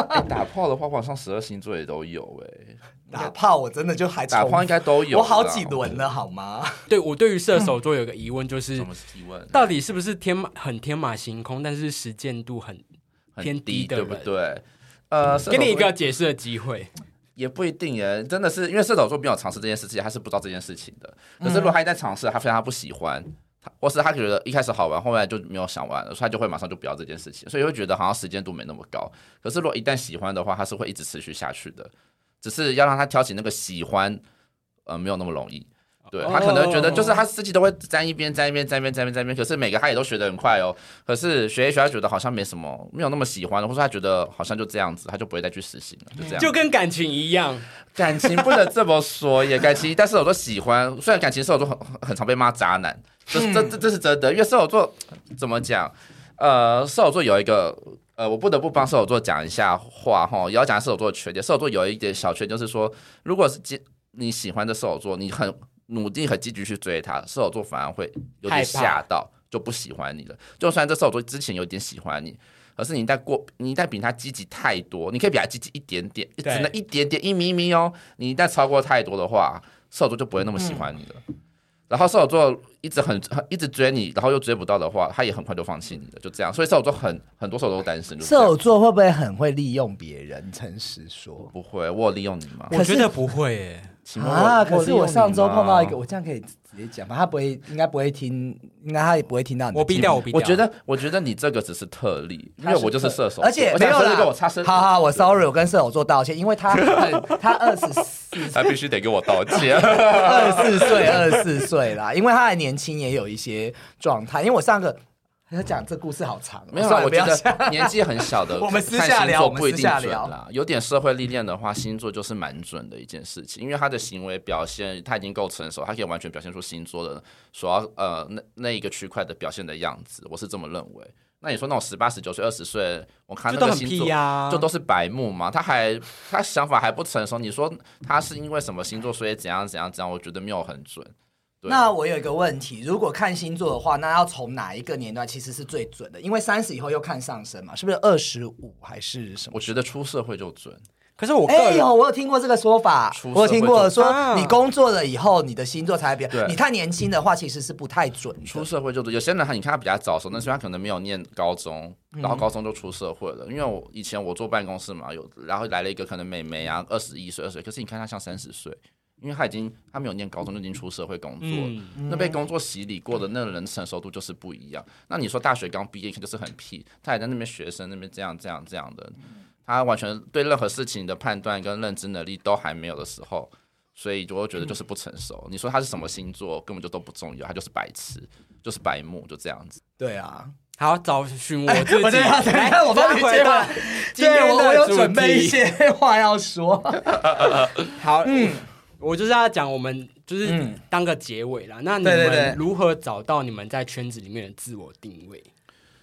S3: 哎打炮的话，网上十二星座也都有哎，
S2: 打炮我真的就还
S3: 打
S2: 重
S3: 炮应该都有啦。嗯
S2: 我好几轮了好吗？
S1: 对我对于射手座有个疑问，就是
S3: 什么提问？
S1: 到底是不是天马很天马行空，但是实践度很
S3: 很
S1: 偏
S3: 低，
S1: 低的
S3: 对不
S1: 人
S3: 对？呃，射
S1: 给你
S3: 手
S1: 一
S3: 座
S1: 个解释的机会。
S3: 也不一定耶，真的是因为射手座没有尝试这件事情，他是不知道这件事情的。可是如果他一旦尝试，他发现他不喜欢，他或是他觉得一开始好玩，后来就没有想玩了，所以他就会马上就不要这件事情，所以会觉得好像时间度没那么高。可是如果一旦喜欢的话，他是会一直持续下去的，只是要让他挑起那个喜欢，呃，没有那么容易。对他可能觉得，就是他自己都会沾一边、沾一边、沾一边、沾一边、沾一边，可是每个他也都学得很快哦。可是学一学，他觉得好像没什么，没有那么喜欢了，或者他觉得好像就这样子，他就不会再去实行了，就这样。
S1: 就跟感情一样，
S3: 感情不能这么说耶，感情，但射手座喜欢，虽然感情射手座很很很常被骂渣男，这
S1: 嗯
S3: 这这这是真的，因为射手座怎么讲？呃，射手座有一个呃，我不得不帮射手座讲一下话哈，也要讲射手座的缺点。射手座有一点小缺点就是说，如果是积你喜欢的射手座，你很努力、很积极去追他，射手座反而会有
S1: 害怕
S3: 点吓到，就不喜欢你了。就算这射手座之前有点喜欢你。可是你一旦过，你一旦比他积极太多，你可以比他积极一点点，只
S1: 对
S3: 能一点点一咪咪哦。你一旦超过太多的话，射手座就不会那么喜欢你了。然后射手座一直很很一直追你，然后又追不到的话，他也很快就放弃你了，就这样。所以射手座很很多射手都单身，就是这
S2: 射
S3: 样
S2: 手座会不会很会利用别人？诚实说
S3: 不会，我有利用你吗？
S2: 可
S1: 我
S2: 是
S1: 觉得不会耶。
S3: 请问我
S2: 啊，
S3: 有
S2: 可
S3: 利
S2: 是
S3: 用
S2: 我
S3: 你
S2: 上周
S3: 吗
S2: 碰到一个，我这样可以直接讲吧？他不会，应该不会听，应该他也不会听到你的
S1: 我
S2: 节
S1: 逼
S2: 目。
S1: 掉，我逼掉。
S3: 我觉得，我觉得你这个只是特例，因
S2: 他
S3: 为我就是射手座，
S2: 而且没有
S3: 他射手
S2: 啦，
S3: 跟我差生，
S2: 好好，我 sorry，我跟射手座道歉，因为他 很他二十四
S3: 他必须得给我道歉。
S2: 二十四岁，二十四岁啦，因为他还年轻，也有一些状态。因为我上个要讲这故事好长哦，
S3: 没有
S2: 算
S3: 啦，
S2: 了
S3: 我
S2: 不
S3: 觉
S2: 要讲
S3: 得 年纪很小 的，
S2: 我们私
S3: 看
S2: 下
S3: 星
S2: 聊
S3: 座
S2: 我们
S3: 不一
S2: 私
S3: 定
S2: 下
S3: 准
S2: 聊
S3: 啦。有点社会历练的话，星座就是蛮准的一件事情，因为他的行为表现他已经够成熟，他可以完全表现出星座的所要呃那那一个区块的表现的样子，我是这么认为。那你说那种十八、十九岁、二十岁，我看
S1: 就都
S3: 那个
S1: 很
S3: 星
S1: 屁
S3: 座。
S1: 呀，
S3: 就都是白目嘛，他还他想法还不成熟。你说他是因为什么星座，所以怎样怎样怎样？我觉得没有很准。对
S2: 那我有一个问题，如果看星座的话，那要从哪一个年段其实是最准的？因为三十以后又看上升嘛，是不是二十五还是什么
S3: 我？觉得出社会就准，
S1: 可是我个
S2: 哎
S1: 人
S2: 呦，我有听过这个说法
S3: 出，社
S2: 我有听过
S3: 会
S1: 准
S2: 说
S1: 啊
S2: 你工作了以后，你的星座才会比较。
S3: 对
S2: 你太年轻的话，其实是不太准的。
S3: 出社会就多，有些人他你看他比较早熟，但是他可能没有念高中，然后高中就出社会了。因为我以前我做办公室嘛，有然后来了一个可能妹妹啊，二十一岁、二岁，可是你看她像三十岁，因为她已经她没有念高中就已经出社会工作了。
S1: 嗯，
S3: 那被工作洗礼过
S2: 嗯
S3: 的那个人成熟度就是不一样。那你说大学刚毕业就是很屁，他还在那边学生那边这样这样这样的，他完全对任何事情的判断跟认知能力都还没有的时候，所以我会觉得就是不成熟。你说他是什么星座根本就都不重要，他就是白痴，就是白目，就这样子。
S2: 对啊，哎
S1: 好找寻我自己。
S2: 我真的要等一
S1: 来
S2: 下我帮你
S1: 拉回
S2: 接话
S1: 来今
S2: 对
S1: 天
S2: 我
S1: 的
S2: 我有
S1: 主题
S2: 准备一些话要说。
S1: 好，嗯，我就是要讲我们就是
S2: 嗯
S1: 当个结尾啦。那你
S2: 对对对
S1: 们如何找到你们在圈子里面的自我定位？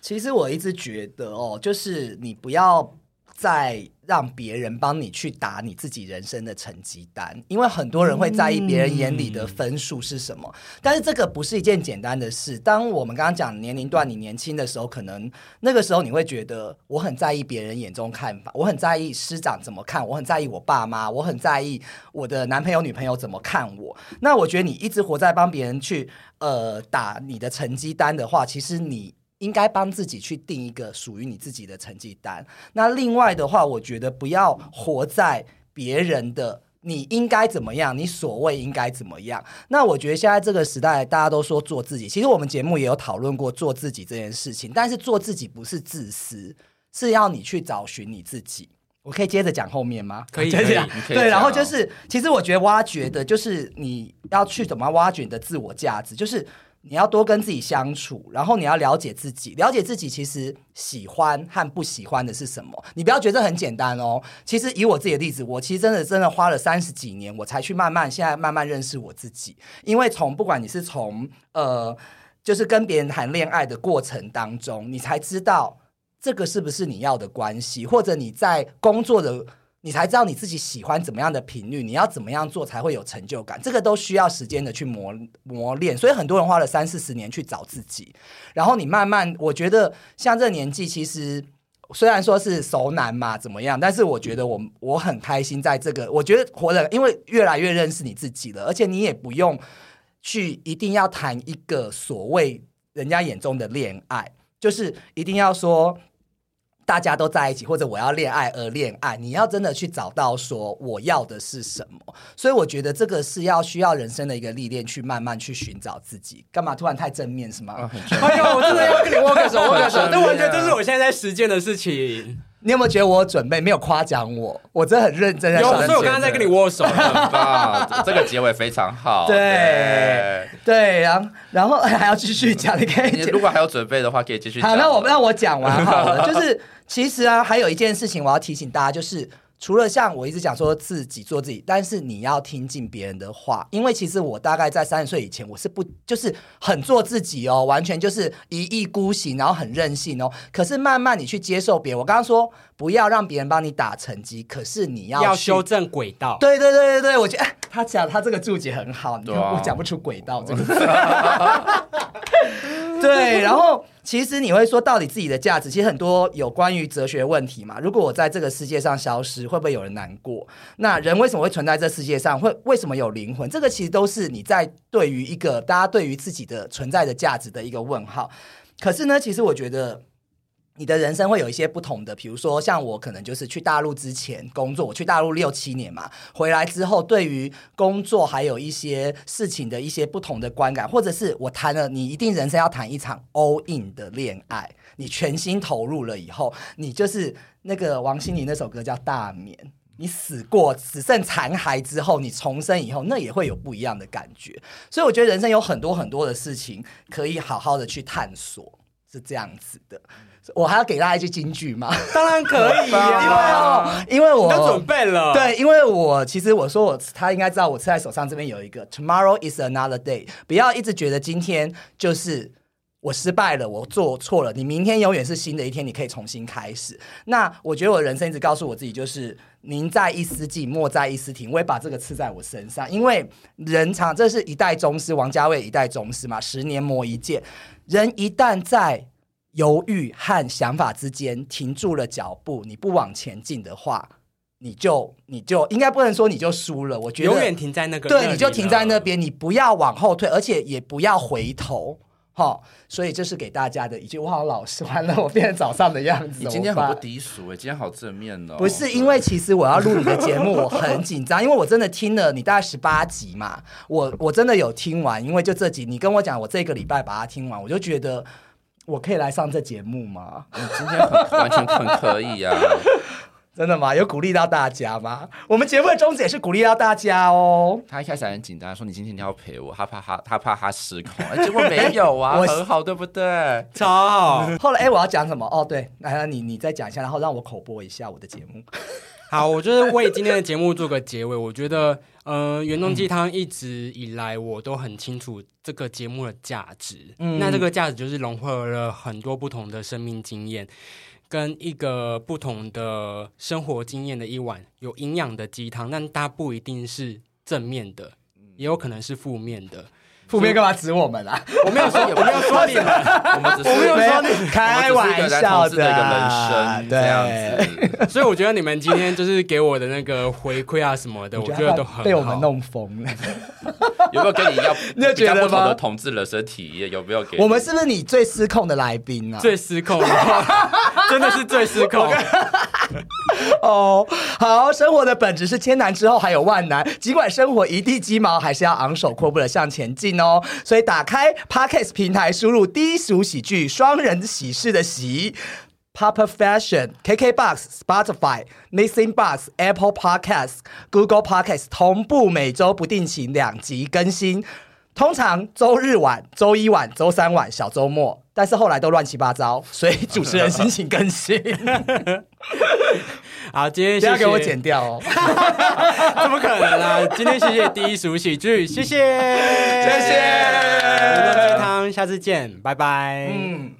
S2: 其实我一直觉得哦，就是你不要在让别人帮你去打你自己人生的成绩单，因为很多人会在意别人眼里的分数是什么，但是这个不是一件简单的事。当我们刚刚讲年龄段，你年轻的时候，可能那个时候你会觉得我很在意别人眼中看法，我很在意师长怎么看，我很在意我爸妈，我很在意我的男朋友女朋友怎么看我。那我觉得你一直活在帮别人去呃打你的成绩单的话，其实你应该帮自己去定一个属于你自己的成绩单。那另外的话，我觉得不要活在别人的。你应该怎么样？你所谓应该怎么样？那我觉得现在这个时代，大家都说做自己。其实我们节目也有讨论过做自己这件事情，但是做自己不是自私，是要你去找寻你自己。我可以接着讲后面吗？
S1: 可以
S2: 接着
S1: 可以
S2: 讲
S3: 你可以
S2: 对，然后
S3: 讲
S2: 就
S3: 哦
S2: 是，其实我觉得挖掘的就是你要去怎么挖掘你的自我价值，就是你要多跟自己相处，然后你要了解自己，了解自己其实喜欢和不喜欢的是什么。你不要觉得很简单哦。其实以我自己的例子，我其实真的真的花了三十几年，我才去慢慢现在慢慢认识我自己，因为从不管你是从呃。就是跟别人谈恋爱的过程当中，你才知道这个是不是你要的关系，或者你在工作的，你才知道你自己喜欢怎么样的频率，你要怎么样做才会有成就感，这个都需要时间的去磨磨练。所以很多人花了三四十年去找自己，然后你慢慢，我觉得像这年纪，其实。虽然说是熟男嘛，怎么样？但是我觉得我我很开心，在这个我觉得活了，因为越来越认识你自己了，而且你也不用去一定要谈一个所谓人家眼中的恋爱，就是一定要说大家都在一起，或者我要恋爱而恋爱，你要真的去找到说我要的是什么。所以我觉得这个是要需要人生的一个历练，去慢慢去寻找自己。干嘛突然太正面是吗？
S3: 啊，很正
S1: 哎呦，我真的要跟你握个手，握个 手，
S3: 很
S1: 这
S3: 正面啊
S1: 完全就是我现在在实践的事情。
S2: 你有没有觉得我准备没有夸奖我？我真的很认真在
S1: 有，
S2: 想
S1: 所
S2: 这
S1: 以
S2: 个
S1: 我刚刚在跟你握手。
S3: 很棒，这个结尾非常好。
S2: 对对，然后然后还要继续讲，你可以
S3: 你
S2: 讲
S3: 如果还有准备的话，可以继续讲。
S2: 好，那我让我讲完好了。就是其实啊，还有一件事情我要提醒大家，就是除了像我一直讲说自己做自己，但是你要听进别人的话，因为其实我大概在三十岁以前，我是不就是很做自己哦，完全就是一意孤行，然后很任性哦。可是慢慢你去接受别人，我刚刚说不要让别人帮你打成绩，可是你要
S1: 要
S2: 去
S1: 修正轨道。
S2: 对对对对对，我觉得、哎、他讲他这个注解很好，你看
S3: 对啊
S2: 我讲不出轨道这个 字。对，然后其实你会说到底自己的价值，其实很多有关于哲学问题嘛。如果我在这个世界上消失，会不会有人难过？那人为什么会存在这世界上？会为什么有灵魂？这个其实都是你在对于一个大家对于自己的存在的价值的一个问号。可是呢，其实我觉得。你的人生会有一些不同的，比如说像我可能就是去大陆之前工作，我去大陆六七年嘛，回来之后对于工作还有一些事情的一些不同的观感，或者是我谈了，你一定人生要谈一场 all in 的恋爱，你全心投入了以后，你就是那个王心凌那首歌叫《大眠》。你死过，只剩残骸之后，你重生以后，那也会有不一样的感觉。所以我觉得人生有很多很多的事情可以好好的去探索，是这样子的。我还要给大家一句金句吗？
S1: 当然可以
S2: 因为
S1: 呀，
S2: 哦，因为我
S1: 啊你都准备啊了。，
S2: 对，因为我其实我说我他应该知道我吃在手上这边有一个 tomorrow is another day，不要一直觉得今天就是。我失败了，我做错了。你明天永远是新的一天，你可以重新开始。那我觉得我人生一直告诉我自己，就是宁在一丝寂，莫在一丝停。我也把这个刺在我身上，因为人常这是一代宗师，王家卫一代宗师嘛，十年磨一剑。人一旦在犹豫和想法之间停住了脚步，你不往前进的话，你就你就应该不能说你就输了，我觉得
S1: 永远停在那个那里啊
S2: 对，
S1: 了
S2: 你就停在那。边，你不要往后退，而且也不要回头。哈、所以这是给大家的一句。我好像老师完了，我变成早上的样子。
S3: 你今天
S2: 怎么
S3: 很
S2: 办
S3: 不低俗哎，今天好正面哦。
S2: 不是因为其实我要录你的节目，我很紧张，因为我真的听了你大概十八集嘛，我我真的有听完，因为就这集，你跟我讲我这个礼拜把它听完，我就觉得我可以来上这节目吗？
S3: 你今天很完全很可以啊。
S2: 真的吗？有鼓励到大家吗？我们节目的宗旨也是鼓励到大家哦。
S3: 他一开始还很紧张，说你今天你要陪我，他怕他他怕他失控，哎结果没有啊，
S2: 我
S3: 很好，对不对？
S1: 超好，
S2: 后来哎、我要讲什么？哦，对，来来，你你再讲一下，然后让我口播一下我的节目。
S1: 好，我就是为今天的节目做个结尾。我觉得，呃，原动鸡汤一直以来我都很清楚这个节目的价值。
S2: 嗯
S1: 那这个价值就是融合了很多不同的生命经验。跟一个不同的生活经验的一碗有营养的鸡汤，但它不一定是正面的，也有可能是负面的。
S2: 负面干嘛指我们啊？
S3: 我没有说，我没有说你们，我们只是
S1: 没有说
S2: 没有开玩笑
S3: 的一个人生这
S2: 对。
S3: 样子。
S1: 所以我觉得你们今天就是给我的那个回馈啊什么的，我觉得都很好。
S2: 被我们弄疯了。
S3: 有没有跟你一样
S2: 你有
S3: 比
S2: 觉得
S3: 较
S2: 吗
S3: 不同的同志人生体验？有没有给你
S2: 我们是不是你最失控的来宾啊？
S1: 最失控了， 真的是最 失控。
S2: 哦，好，生活的本质是千难之后还有万难，尽管生活一地鸡毛，还是要昂首阔步的向前进哦。所以打开 Podcast 平台，输入低俗喜剧双人喜事的喜。Papa Fashion、KKBox、Spotify、Missing Box、Apple Podcasts、Google Podcasts 同步每周不定期两集更新，通常周日晚、周一晚、周三晚、小周末，但是后来都乱七八糟，所以主持人心情更新，
S1: 好，今天
S2: 不
S1: 谢
S2: 要
S1: 谢
S2: 给我剪掉哦。
S1: 怎么可能啊？今天谢谢第一熟喜剧，谢谢，谢
S2: 谢谢
S1: 鸡汤，下次见，拜拜。
S2: 嗯。